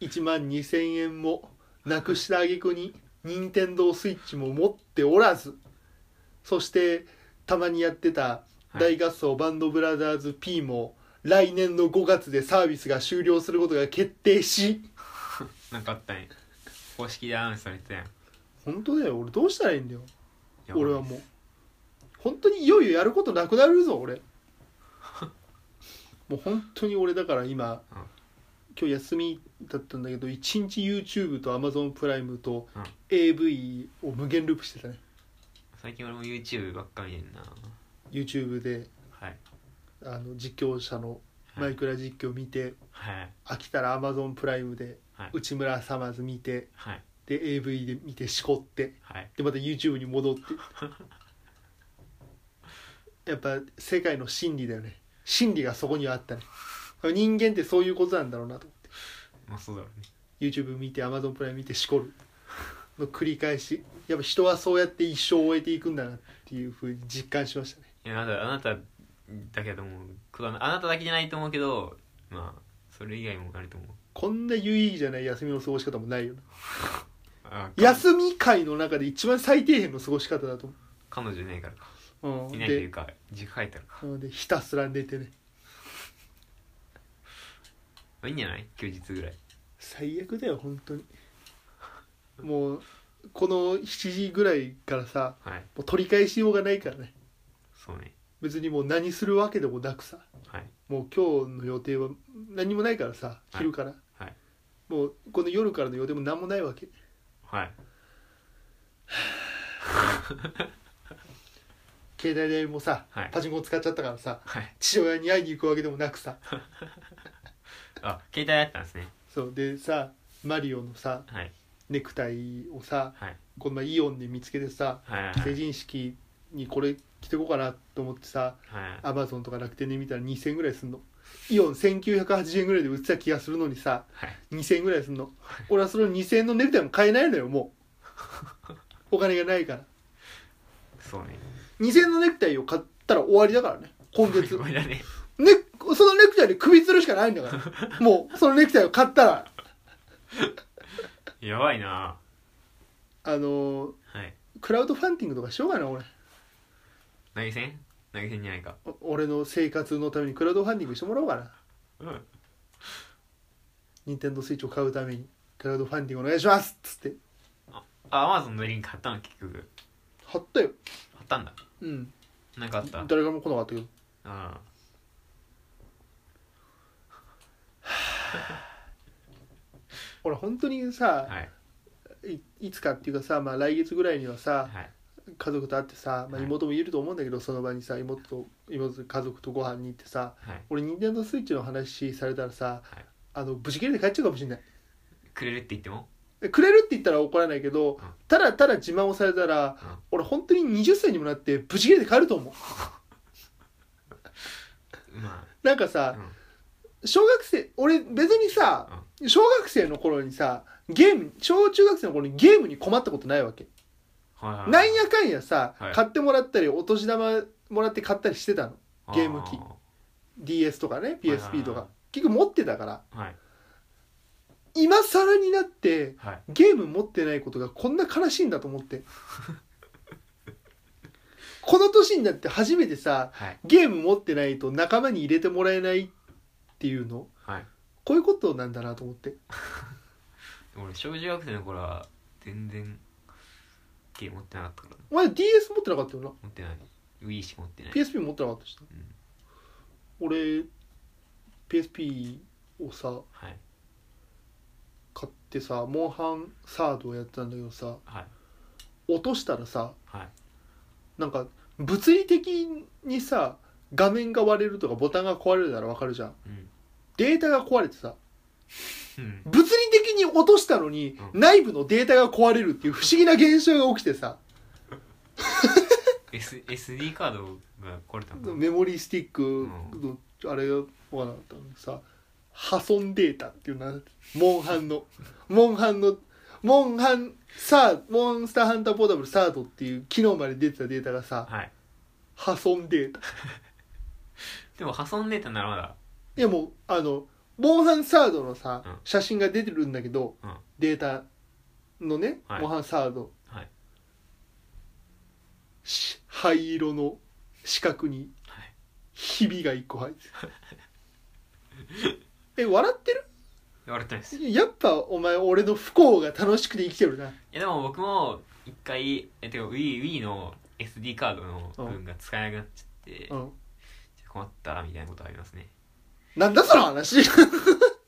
[SPEAKER 1] 1万2000円もなくした挙句に任天堂スイッチも持っておらずそしてたまにやってた大合奏バンドブラザーズ P も来年の5月でサービスが終了することが決定し
[SPEAKER 2] なんかあったね公式でアナウンスされてたやんい
[SPEAKER 1] 本当だよ俺どうしたらいいんだよ
[SPEAKER 2] や
[SPEAKER 1] 俺はもう本当にいよいよやることなくなるぞ 俺もう本当に俺だから今、
[SPEAKER 2] うん
[SPEAKER 1] 今日休みだったんだけど一日 YouTube と Amazon プライムと
[SPEAKER 2] うん
[SPEAKER 1] AV を無限ループしてたね
[SPEAKER 2] 最近俺も YouTube ばっか見てんな
[SPEAKER 1] YouTube で
[SPEAKER 2] はい
[SPEAKER 1] あの実況者のマイクラ実況見て、
[SPEAKER 2] はい
[SPEAKER 1] 飽きたら Amazon プライムで
[SPEAKER 2] はい
[SPEAKER 1] 内村サマーズ見て
[SPEAKER 2] はい
[SPEAKER 1] で AV で見てしこって
[SPEAKER 2] はい
[SPEAKER 1] でまた YouTube に戻って やっぱ世界の真理だよね真理がそこにはあったね人間ってそういうことなんだろうなと思っ
[SPEAKER 2] まあそうだろうね
[SPEAKER 1] て YouTube 見て Amazon プライム見てしこるの繰り返しやっぱ人はそうやって一生を終えていくんだなっていうふうに実感しましたね
[SPEAKER 2] いやあなたあなただけどもこだなあなただけじゃないと思うけどまあそれ以外もあると思う
[SPEAKER 1] こんな有意義じゃない休みの過ごし方もないよな
[SPEAKER 2] あ
[SPEAKER 1] 休み会の中で一番最底辺の過ごし方だと
[SPEAKER 2] 彼女いないからか
[SPEAKER 1] 思う、う
[SPEAKER 2] い
[SPEAKER 1] ん、
[SPEAKER 2] ないとい
[SPEAKER 1] で
[SPEAKER 2] うか軸書いてあるか
[SPEAKER 1] なのでひたすら寝てね
[SPEAKER 2] まあいいんじゃない休日ぐらい
[SPEAKER 1] 最悪だよ本当にもうこの7時ぐらいからさ
[SPEAKER 2] はい
[SPEAKER 1] もう取り返しようがないからね
[SPEAKER 2] そうね
[SPEAKER 1] 別にもう何するわけでもなくさ
[SPEAKER 2] はい
[SPEAKER 1] もう今日の予定は何もないからさ
[SPEAKER 2] い
[SPEAKER 1] 昼から、
[SPEAKER 2] はい
[SPEAKER 1] もうこの夜からの予定も何もないわけ
[SPEAKER 2] はい
[SPEAKER 1] 携帯代もさ、
[SPEAKER 2] はい
[SPEAKER 1] パチンコ使っちゃったからさ
[SPEAKER 2] はい
[SPEAKER 1] 父親に会いに行くわけでもなくさ
[SPEAKER 2] あ携帯だったんですね
[SPEAKER 1] そうでさマリオのさ
[SPEAKER 2] はい
[SPEAKER 1] ネクタイをさ
[SPEAKER 2] はい
[SPEAKER 1] この前イオンで見つけてさ
[SPEAKER 2] はいはい
[SPEAKER 1] 成人式にこれ着てこうかなと思ってさ
[SPEAKER 2] はい
[SPEAKER 1] アマゾンとか楽天で見たら2000円ぐらいすんのイオン1980円ぐらいで売ってた気がするのにさ
[SPEAKER 2] はい
[SPEAKER 1] 2000円ぐらいすんの俺はその2000円のネクタイも買えないのよもうお金がないから
[SPEAKER 2] そうね
[SPEAKER 1] 2000円のネクタイを買ったら終わりだからね今 月
[SPEAKER 2] これだね
[SPEAKER 1] ね、そのネクタイで首吊るしかないんだから。もう、そのネクタイを買ったら、
[SPEAKER 2] やばいな
[SPEAKER 1] あのー
[SPEAKER 2] はい
[SPEAKER 1] クラウドファンディングとかしようかな、俺。
[SPEAKER 2] 投げ銭投げ銭じゃないか
[SPEAKER 1] お俺の生活のためにクラウドファンディングしてもらおうかな。
[SPEAKER 2] うん
[SPEAKER 1] ニンテンドースイッチを買うために、クラウドファンディングお願いしますっつって。
[SPEAKER 2] あアマゾンのリンク貼ったの結局
[SPEAKER 1] 貼ったよ。
[SPEAKER 2] 貼ったんだ
[SPEAKER 1] うん。
[SPEAKER 2] なんかあった
[SPEAKER 1] 誰からも来なかったけど。
[SPEAKER 2] あ
[SPEAKER 1] 俺、本当に
[SPEAKER 2] あ
[SPEAKER 1] さ、
[SPEAKER 2] はい
[SPEAKER 1] いいつかっていうかさ、まあ来月ぐらいにはさ、
[SPEAKER 2] はい
[SPEAKER 1] 家族と会ってさ、まあ
[SPEAKER 2] はい
[SPEAKER 1] 妹もいると思うんだけど、その場にさ、妹と、妹と家族とご飯に行ってさ、
[SPEAKER 2] はい
[SPEAKER 1] 俺、ニンテンドースイッチの話されたらさ、
[SPEAKER 2] はい
[SPEAKER 1] あの、ぶち切れで帰っちゃうかもしれない。
[SPEAKER 2] くれるって言っても
[SPEAKER 1] くれるって言ったら怒らないけど、
[SPEAKER 2] ん
[SPEAKER 1] ただただ自慢をされたら、
[SPEAKER 2] うん
[SPEAKER 1] 俺本当に20歳にもなってブチ切れて帰ると思う
[SPEAKER 2] ま
[SPEAKER 1] なんか
[SPEAKER 2] あ
[SPEAKER 1] さ
[SPEAKER 2] うん
[SPEAKER 1] 小学生俺別にさ、小学生の頃にさゲーム小中学生の頃にゲームに困ったことないわけ、
[SPEAKER 2] はいはい
[SPEAKER 1] なんやかんやさ、
[SPEAKER 2] はい
[SPEAKER 1] 買ってもらったりお年玉もらって買ったりしてたのゲーム機
[SPEAKER 2] あ
[SPEAKER 1] DS とか
[SPEAKER 2] は
[SPEAKER 1] ね
[SPEAKER 2] いはいはい
[SPEAKER 1] PSP とか、結局持ってたから
[SPEAKER 2] ーはい
[SPEAKER 1] 今更になって
[SPEAKER 2] はい
[SPEAKER 1] ゲーム持ってないことがこんな悲しいんだと思って この年になって初めてさ
[SPEAKER 2] はい
[SPEAKER 1] ゲーム持ってないと仲間に入れてもらえないっていうの
[SPEAKER 2] はい
[SPEAKER 1] こういうことなんだなと思って
[SPEAKER 2] 俺小中学生の頃は全然ゲーム持ってなかったから
[SPEAKER 1] お前 DS 持ってなかったよ
[SPEAKER 2] 持ってない Wii しか持ってな
[SPEAKER 1] ない PSP 持ってなかったしな、俺 PSP をさ
[SPEAKER 2] はい
[SPEAKER 1] 買ってさモンハンサードをやってたんだけどさ
[SPEAKER 2] はい
[SPEAKER 1] 落としたらさ
[SPEAKER 2] はい
[SPEAKER 1] なんか物理的にさ画面が割れるとかボタンが壊れるならわかるじゃん
[SPEAKER 2] うん
[SPEAKER 1] データが壊れてさ
[SPEAKER 2] うん
[SPEAKER 1] 物理的に落としたのに、
[SPEAKER 2] う
[SPEAKER 1] 内部のデータが壊れるっていう不思議な現象が起きてさ
[SPEAKER 2] S SD カードが壊れたのかな
[SPEAKER 1] メモリースティックの、あれが分からなかったのにさ破損データっていうのはモンハンのモンハンのモンハンサーモンスターハンターポータブルサードっていう昨日まで出てたデータがさ
[SPEAKER 2] はい
[SPEAKER 1] 破損データ
[SPEAKER 2] でも破損データならまだ
[SPEAKER 1] いやもうあのモンハンサードのさ、
[SPEAKER 2] うん
[SPEAKER 1] 写真が出てるんだけど、
[SPEAKER 2] うん
[SPEAKER 1] データのね、
[SPEAKER 2] はい
[SPEAKER 1] モンハンサード、
[SPEAKER 2] はい
[SPEAKER 1] し灰色の四角に
[SPEAKER 2] はい
[SPEAKER 1] ひびが一個入ってるえ笑ってる
[SPEAKER 2] 笑ってないですい
[SPEAKER 1] やっぱお前俺の不幸が楽しくて生きてるな
[SPEAKER 2] やでも僕も一回えてか Wii Wii の SD カードの部分が使えなくなっちゃってち
[SPEAKER 1] う
[SPEAKER 2] ょっ
[SPEAKER 1] ん
[SPEAKER 2] と困ったみたいなことありますね
[SPEAKER 1] なんだその話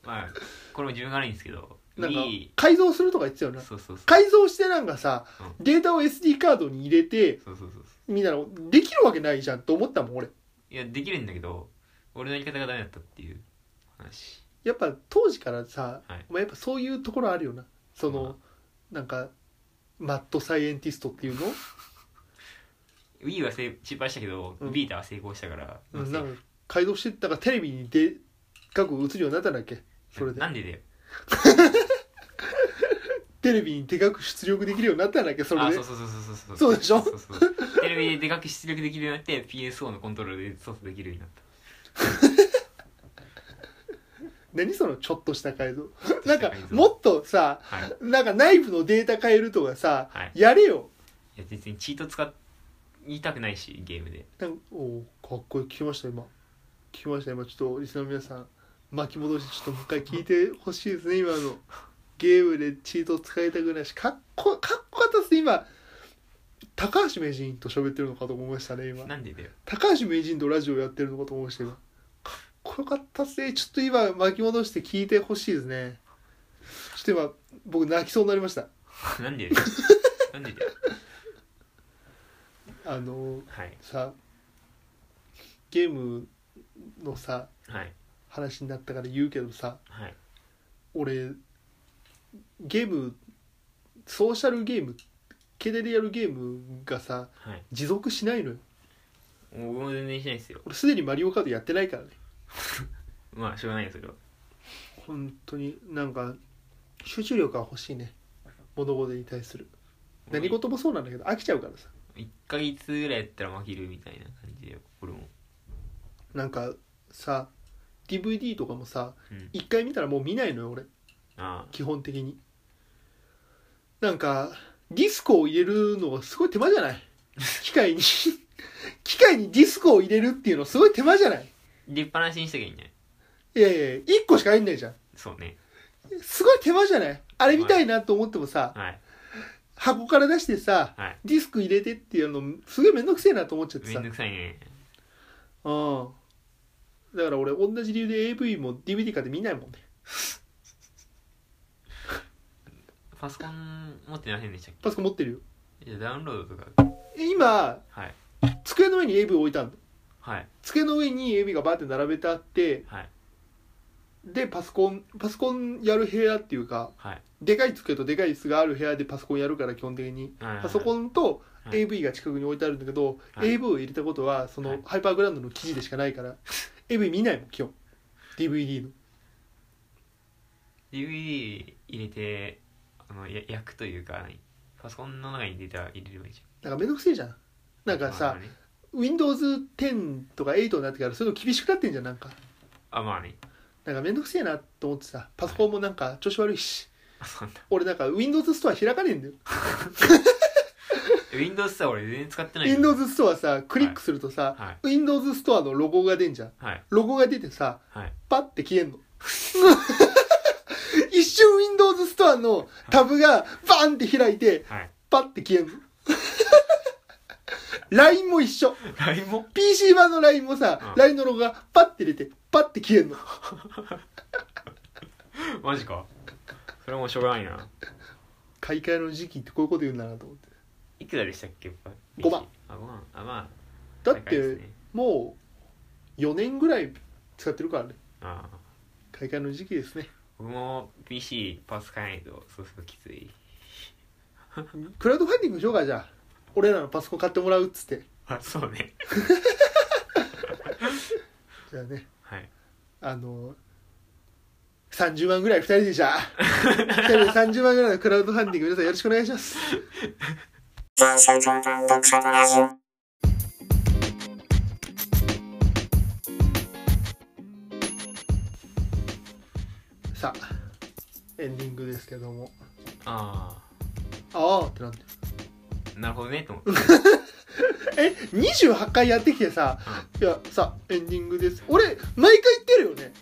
[SPEAKER 2] まあこれも自分が悪いんですけど
[SPEAKER 1] なんか
[SPEAKER 2] Wii
[SPEAKER 1] 改造するとか言ってたよな
[SPEAKER 2] そうそうそう
[SPEAKER 1] 改造してなんかさ、
[SPEAKER 2] う
[SPEAKER 1] データを SD カードに入れて
[SPEAKER 2] そうそうそう
[SPEAKER 1] みんなのできるわけないじゃんと思ったもん俺
[SPEAKER 2] いやできるんだけど俺のやり方がダメだったっていう話
[SPEAKER 1] やっぱ当時からさ、
[SPEAKER 2] はい
[SPEAKER 1] お前やっぱそういうところあるよなその、なんかマッドサイエンティストっていうの
[SPEAKER 2] Wii はせい失敗したけど、
[SPEAKER 1] うん
[SPEAKER 2] ビータは成功したから
[SPEAKER 1] うん
[SPEAKER 2] な
[SPEAKER 1] なんか改造してだからテレビにでかく映るようになったんだっけそれで
[SPEAKER 2] なんでだよ
[SPEAKER 1] テレビにでかく出力できるようになったんだっけそれ
[SPEAKER 2] あ
[SPEAKER 1] で
[SPEAKER 2] そうそうそうそうそう
[SPEAKER 1] そうでしょ
[SPEAKER 2] そうそうテレビででかく出力できるようになって PSO のコントロールで操作できるようになった
[SPEAKER 1] 何そのちょっとした改造
[SPEAKER 2] と
[SPEAKER 1] な
[SPEAKER 2] し
[SPEAKER 1] ん
[SPEAKER 2] た改造
[SPEAKER 1] かもっとさ
[SPEAKER 2] はい
[SPEAKER 1] なんか内部のデータ変えるとかさ、
[SPEAKER 2] はい
[SPEAKER 1] やれよ
[SPEAKER 2] いや別にチート使いたくないしゲームで
[SPEAKER 1] なんかおーかっこいい聞きました今聞きました今ちょっとリスナーの皆さん巻き戻してちょっともう一回聞いてほしいですね今のゲームでチート使いたくないしかっこかっこよかったですね今高橋名人と喋ってるのかと思いましたね今
[SPEAKER 2] なんでだよ
[SPEAKER 1] 高橋名人とラジオやってるのかと思いました今かっこよかったっすねちょっと今巻き戻して聞いてほしいですねちょっと今僕泣きそうになりました
[SPEAKER 2] なんでだよなんでだよ
[SPEAKER 1] あの
[SPEAKER 2] はい
[SPEAKER 1] さゲームのさ
[SPEAKER 2] はい
[SPEAKER 1] 話になったから言うけどさ
[SPEAKER 2] はい
[SPEAKER 1] 俺ゲームソーシャルゲームケデリアルゲームがさ
[SPEAKER 2] はい
[SPEAKER 1] 持続しないのよ
[SPEAKER 2] 僕も全然しないですよ
[SPEAKER 1] 俺すでにマリオカートやってないからね
[SPEAKER 2] まあしょうがないですけど
[SPEAKER 1] 本当になんか集中力が欲しいね物事に対する何事もそうなんだけど飽きちゃうからさ
[SPEAKER 2] 1ヶ月ぐらいやったら負けるみたいな感じで俺も
[SPEAKER 1] なんかさ DVD とかもさ
[SPEAKER 2] うん
[SPEAKER 1] 一回見たらもう見ないのよ俺
[SPEAKER 2] あ
[SPEAKER 1] 基本的になんかディスコを入れるのがすごい手間じゃない機械に 機械にディスコを入れるっていうのすごい手間じゃない
[SPEAKER 2] あ出っ放しにしときゃいいんじゃない
[SPEAKER 1] いやいやいや1個しか入んないじゃん
[SPEAKER 2] そうね
[SPEAKER 1] すごい手間じゃないあれ見たいなと思ってもさ
[SPEAKER 2] はい
[SPEAKER 1] 箱から出してさ
[SPEAKER 2] はい
[SPEAKER 1] ディスク入れてっていうのすげえめんどくせえなと思っちゃって
[SPEAKER 2] め
[SPEAKER 1] さ
[SPEAKER 2] んどくさいね
[SPEAKER 1] うんだから俺同じ理由で AV も DVD 買って見ないもんね
[SPEAKER 2] パソコン持ってませんでしたっ
[SPEAKER 1] パソコン持ってるよ
[SPEAKER 2] けじゃあダウンロードとか
[SPEAKER 1] え今
[SPEAKER 2] はい
[SPEAKER 1] 机の上に AV 置いたんだ
[SPEAKER 2] はい
[SPEAKER 1] 机の上に AV がバーって並べてあって
[SPEAKER 2] はい
[SPEAKER 1] でパソコンパソコンやる部屋っていうか
[SPEAKER 2] はい
[SPEAKER 1] でかい机とでかい椅子がある部屋でパソコンやるから基本的にパ
[SPEAKER 2] パ
[SPEAKER 1] ソコンと
[SPEAKER 2] はい
[SPEAKER 1] AV が近くに置いてあるんだけど、
[SPEAKER 2] はい
[SPEAKER 1] AV を入れたことはその、
[SPEAKER 2] はい
[SPEAKER 1] ハイパーグラウンドの記事でしかないから AV 見ないもん基本 DVD の
[SPEAKER 2] DVD 入れてあのや焼くというか何パソコンの中にデータ入れればいいじ
[SPEAKER 1] なんかめんどくせえじゃん
[SPEAKER 2] ゃ
[SPEAKER 1] なんんか
[SPEAKER 2] まあ
[SPEAKER 1] さ
[SPEAKER 2] まあね
[SPEAKER 1] Windows10 とか8になってからそういうの厳しくなってんじゃんなんか
[SPEAKER 2] あまあね
[SPEAKER 1] なんかめんどくせえなと思ってさパソコンもなんか調子悪いし
[SPEAKER 2] あそんな
[SPEAKER 1] 俺なんか Windows ストア開かねえんだよ
[SPEAKER 2] Windows さ俺全然使ってないよ
[SPEAKER 1] Windows ストアさクリックするとさ、
[SPEAKER 2] はい
[SPEAKER 1] Windows ストアのロゴが出んじゃん
[SPEAKER 2] はい
[SPEAKER 1] ロゴが出てさ
[SPEAKER 2] はい
[SPEAKER 1] パッて消えんの 一瞬 Windows ストアのタブがバーンって開いて
[SPEAKER 2] はい
[SPEAKER 1] パッて消えんの LINE も一緒
[SPEAKER 2] LINE も
[SPEAKER 1] PC 版の LINE もさ、
[SPEAKER 2] うん
[SPEAKER 1] LINE のロゴがパッて出てパッて消えんの
[SPEAKER 2] マジかそれはもうしょうがないな
[SPEAKER 1] 買い替えの時期ってこういうこと言うんだなと思って
[SPEAKER 2] いくらでしたっけやっぱ
[SPEAKER 1] 五万
[SPEAKER 2] あ5万あまあ
[SPEAKER 1] だっ
[SPEAKER 2] 高いです
[SPEAKER 1] て
[SPEAKER 2] ね
[SPEAKER 1] もう4年ぐらい使ってるからね
[SPEAKER 2] ああ
[SPEAKER 1] 買い替えの時期ですね
[SPEAKER 2] 僕も PC パス買えないとそうするときつい
[SPEAKER 1] クラウドファンディングしようかじゃあ俺らのパソコン買ってもらうっつって
[SPEAKER 2] あそうね
[SPEAKER 1] じゃあね
[SPEAKER 2] はい
[SPEAKER 1] あの30万ぐらい2人でじゃあ2人で30万ぐらいのクラウドファンディング皆さんよろしくお願いしますさあエンディングですけども
[SPEAKER 2] あ
[SPEAKER 1] ああってなんで
[SPEAKER 2] あなるほどねと思って
[SPEAKER 1] え28回やってきてさ「いやさエンディングです」俺毎回言ってるよね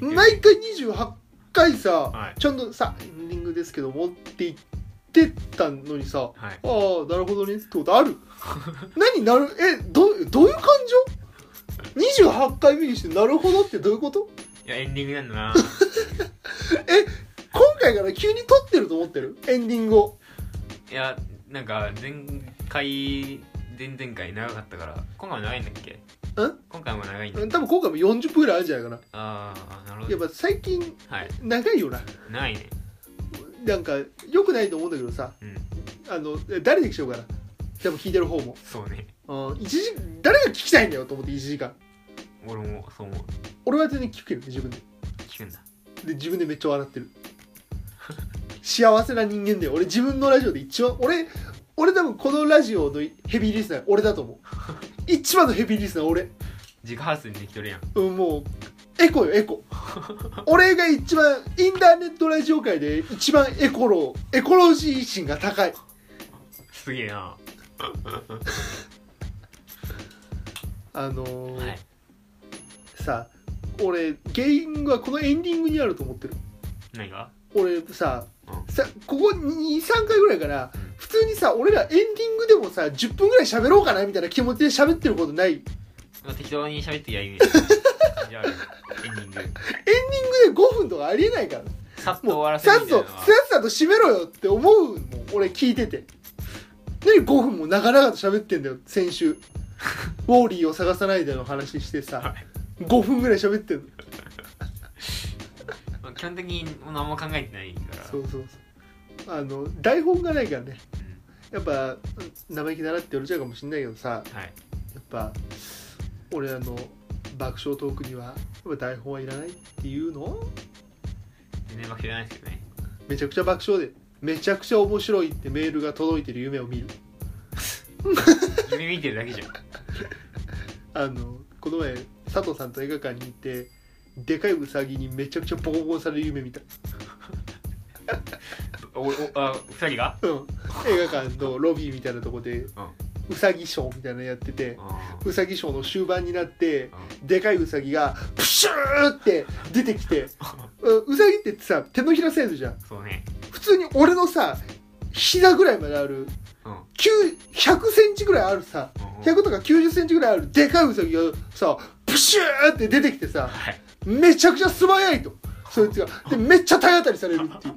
[SPEAKER 2] うん
[SPEAKER 1] 毎回28回さ、
[SPEAKER 2] はい
[SPEAKER 1] ちゃんとさエンディングですけどもって言ってたのにさあ
[SPEAKER 2] はい
[SPEAKER 1] あなるほどねってことあ る何なるえどどういう感情 ?28 回目にしてなるほどってどういうこと
[SPEAKER 2] いやエンディングなんだな
[SPEAKER 1] 今回から急に撮ってると思ってるエンディングを
[SPEAKER 2] いやなんか前回前々回長かったから今回も長いんだっけん今回も長いんだ
[SPEAKER 1] 多分今回も40分ぐらいあるんじゃないかな
[SPEAKER 2] ああなるほ
[SPEAKER 1] やっ
[SPEAKER 2] ど
[SPEAKER 1] ぱ最近
[SPEAKER 2] はい
[SPEAKER 1] 長いよな
[SPEAKER 2] 長いね
[SPEAKER 1] なんか良くないと思うんだけどさ
[SPEAKER 2] うん
[SPEAKER 1] あの誰でしようかなでも聞いてる方も、
[SPEAKER 2] そうね
[SPEAKER 1] うん、一時誰が聞きたいんだよと思って1時間
[SPEAKER 2] 俺もそう思う
[SPEAKER 1] 俺は全然聞くけどね自分で
[SPEAKER 2] 聞くんだ
[SPEAKER 1] で自分でめっちゃ笑ってる幸せな人間で俺自分のラジオで一番俺俺多分このラジオのヘビーリスナー俺だと思う一番のヘビーリスナー俺、
[SPEAKER 2] 自家発電できとるやん
[SPEAKER 1] うん、もうエコよエコ俺が一番インターネットラジオ界で一番エコロエコロジー心が高い
[SPEAKER 2] すげえな
[SPEAKER 1] あのー
[SPEAKER 2] はい
[SPEAKER 1] さ俺原因はこのエンディングにあると思ってる
[SPEAKER 2] 何が
[SPEAKER 1] 俺さ,、
[SPEAKER 2] う
[SPEAKER 1] さここ23回ぐらいから
[SPEAKER 2] うん
[SPEAKER 1] 2普通にさ俺らエンディングでもさ10分ぐらい喋ろうかなみたいな気持ちで喋ってることないエンデ
[SPEAKER 2] まあ適当に喋ってや り感じあるエンディング
[SPEAKER 1] ィングで5分とかありえないから
[SPEAKER 2] さっと終
[SPEAKER 1] も
[SPEAKER 2] わ
[SPEAKER 1] う
[SPEAKER 2] らせる
[SPEAKER 1] さっ
[SPEAKER 2] みたいな
[SPEAKER 1] と
[SPEAKER 2] の
[SPEAKER 1] さ
[SPEAKER 2] は
[SPEAKER 1] っさと締めろよって思うもん俺聞いてて何5分も長々と喋ってんだよ 先週ウォーリーを探さないでの話して
[SPEAKER 2] は
[SPEAKER 1] さ5分ぐらい喋ってんの
[SPEAKER 2] まあ基本的に何も考えてないから
[SPEAKER 1] そうそうそうあの台本がないからね
[SPEAKER 2] うん
[SPEAKER 1] やっぱうん生意気だなって言われちゃうかもしんないけどさ
[SPEAKER 2] はい
[SPEAKER 1] やっぱ俺あの爆笑トークにはやっぱ台本はいらないっていうの
[SPEAKER 2] 全然負けてないですけどね
[SPEAKER 1] めちゃくちゃ爆笑でめちゃくちゃ面白いってメールが届いてる夢を見る
[SPEAKER 2] 夢見てるだけじゃん
[SPEAKER 1] あのこの前佐藤さんと映画館に行ってでかいウサギにめちゃくちゃボコボコされる夢見た、
[SPEAKER 2] おおあ二人が
[SPEAKER 1] うん、映画館のロビーみたいなとこでウサギショーみたいなのやってて
[SPEAKER 2] あ
[SPEAKER 1] ウサギショーの終盤になって
[SPEAKER 2] あ
[SPEAKER 1] でかいウサギがプシューって出てきてうんウサギってさ手のひらサイズじゃん
[SPEAKER 2] そうね
[SPEAKER 1] 普通に俺のさ膝ぐらいまである
[SPEAKER 2] うんうん
[SPEAKER 1] 9 100センチぐらいあるさ100とか90センチぐらいあるでかいウサギがさプシューって出てきてさ
[SPEAKER 2] はい
[SPEAKER 1] めちゃくちゃ素早いとそいつがでめっちゃ体当たりされるっていう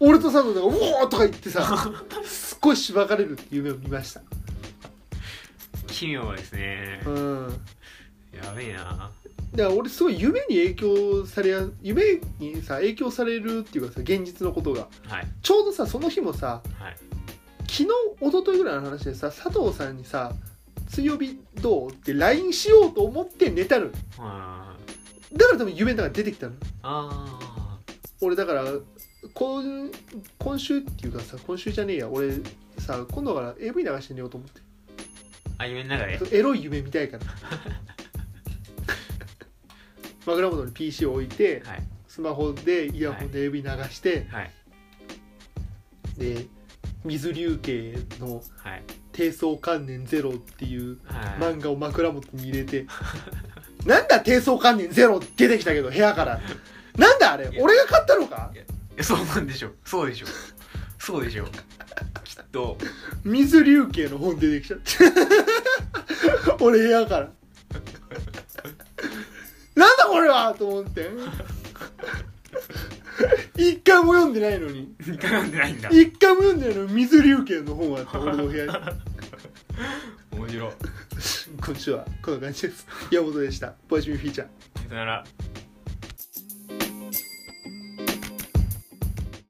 [SPEAKER 1] 俺と佐藤が「うおー!」とか言ってさすっごいしばかれるっていう夢を見ました
[SPEAKER 2] 奇妙ですね
[SPEAKER 1] うん
[SPEAKER 2] やべえな
[SPEAKER 1] だから俺すごい夢に影響されや夢にさ影響されるっていうかさ現実のことが
[SPEAKER 2] はい
[SPEAKER 1] ちょうどさその日もさ
[SPEAKER 2] はい
[SPEAKER 1] 昨日一昨日ぐらいの話でさ佐藤さんにさ「水曜日どう?」って LINE しようと思って寝たの
[SPEAKER 2] あー
[SPEAKER 1] だから多分夢の中に出てきたの
[SPEAKER 2] あ
[SPEAKER 1] 俺だから今今週っていうかさ今週じゃねえや俺さ今度から AV 流して寝ようと思って
[SPEAKER 2] ーあ夢の中で
[SPEAKER 1] エロい夢見たいから 枕元に PC を置いて
[SPEAKER 2] はい
[SPEAKER 1] スマホでイヤホンで AV 流して、
[SPEAKER 2] はい
[SPEAKER 1] で水流景の
[SPEAKER 2] はい
[SPEAKER 1] 「低層観念ゼロ」っていう
[SPEAKER 2] はい
[SPEAKER 1] 漫画を枕元に入れて「なんだ低層観念ゼロ」出てきたけど部屋からなんだあれ俺が買ったのか
[SPEAKER 2] えそうなんでしょうそうでしょうそうでしょうきっと
[SPEAKER 1] 水流景の本出てき ちゃって俺部屋からなんだこれはと思って一回も読んでないのに
[SPEAKER 2] 2回読んでないんだ
[SPEAKER 1] 一回も読んでないのに水流景の本があって俺の部屋に
[SPEAKER 2] 面白い
[SPEAKER 1] 今週はこんな感じです山本でしたボイシミフィーチャー
[SPEAKER 2] さよなら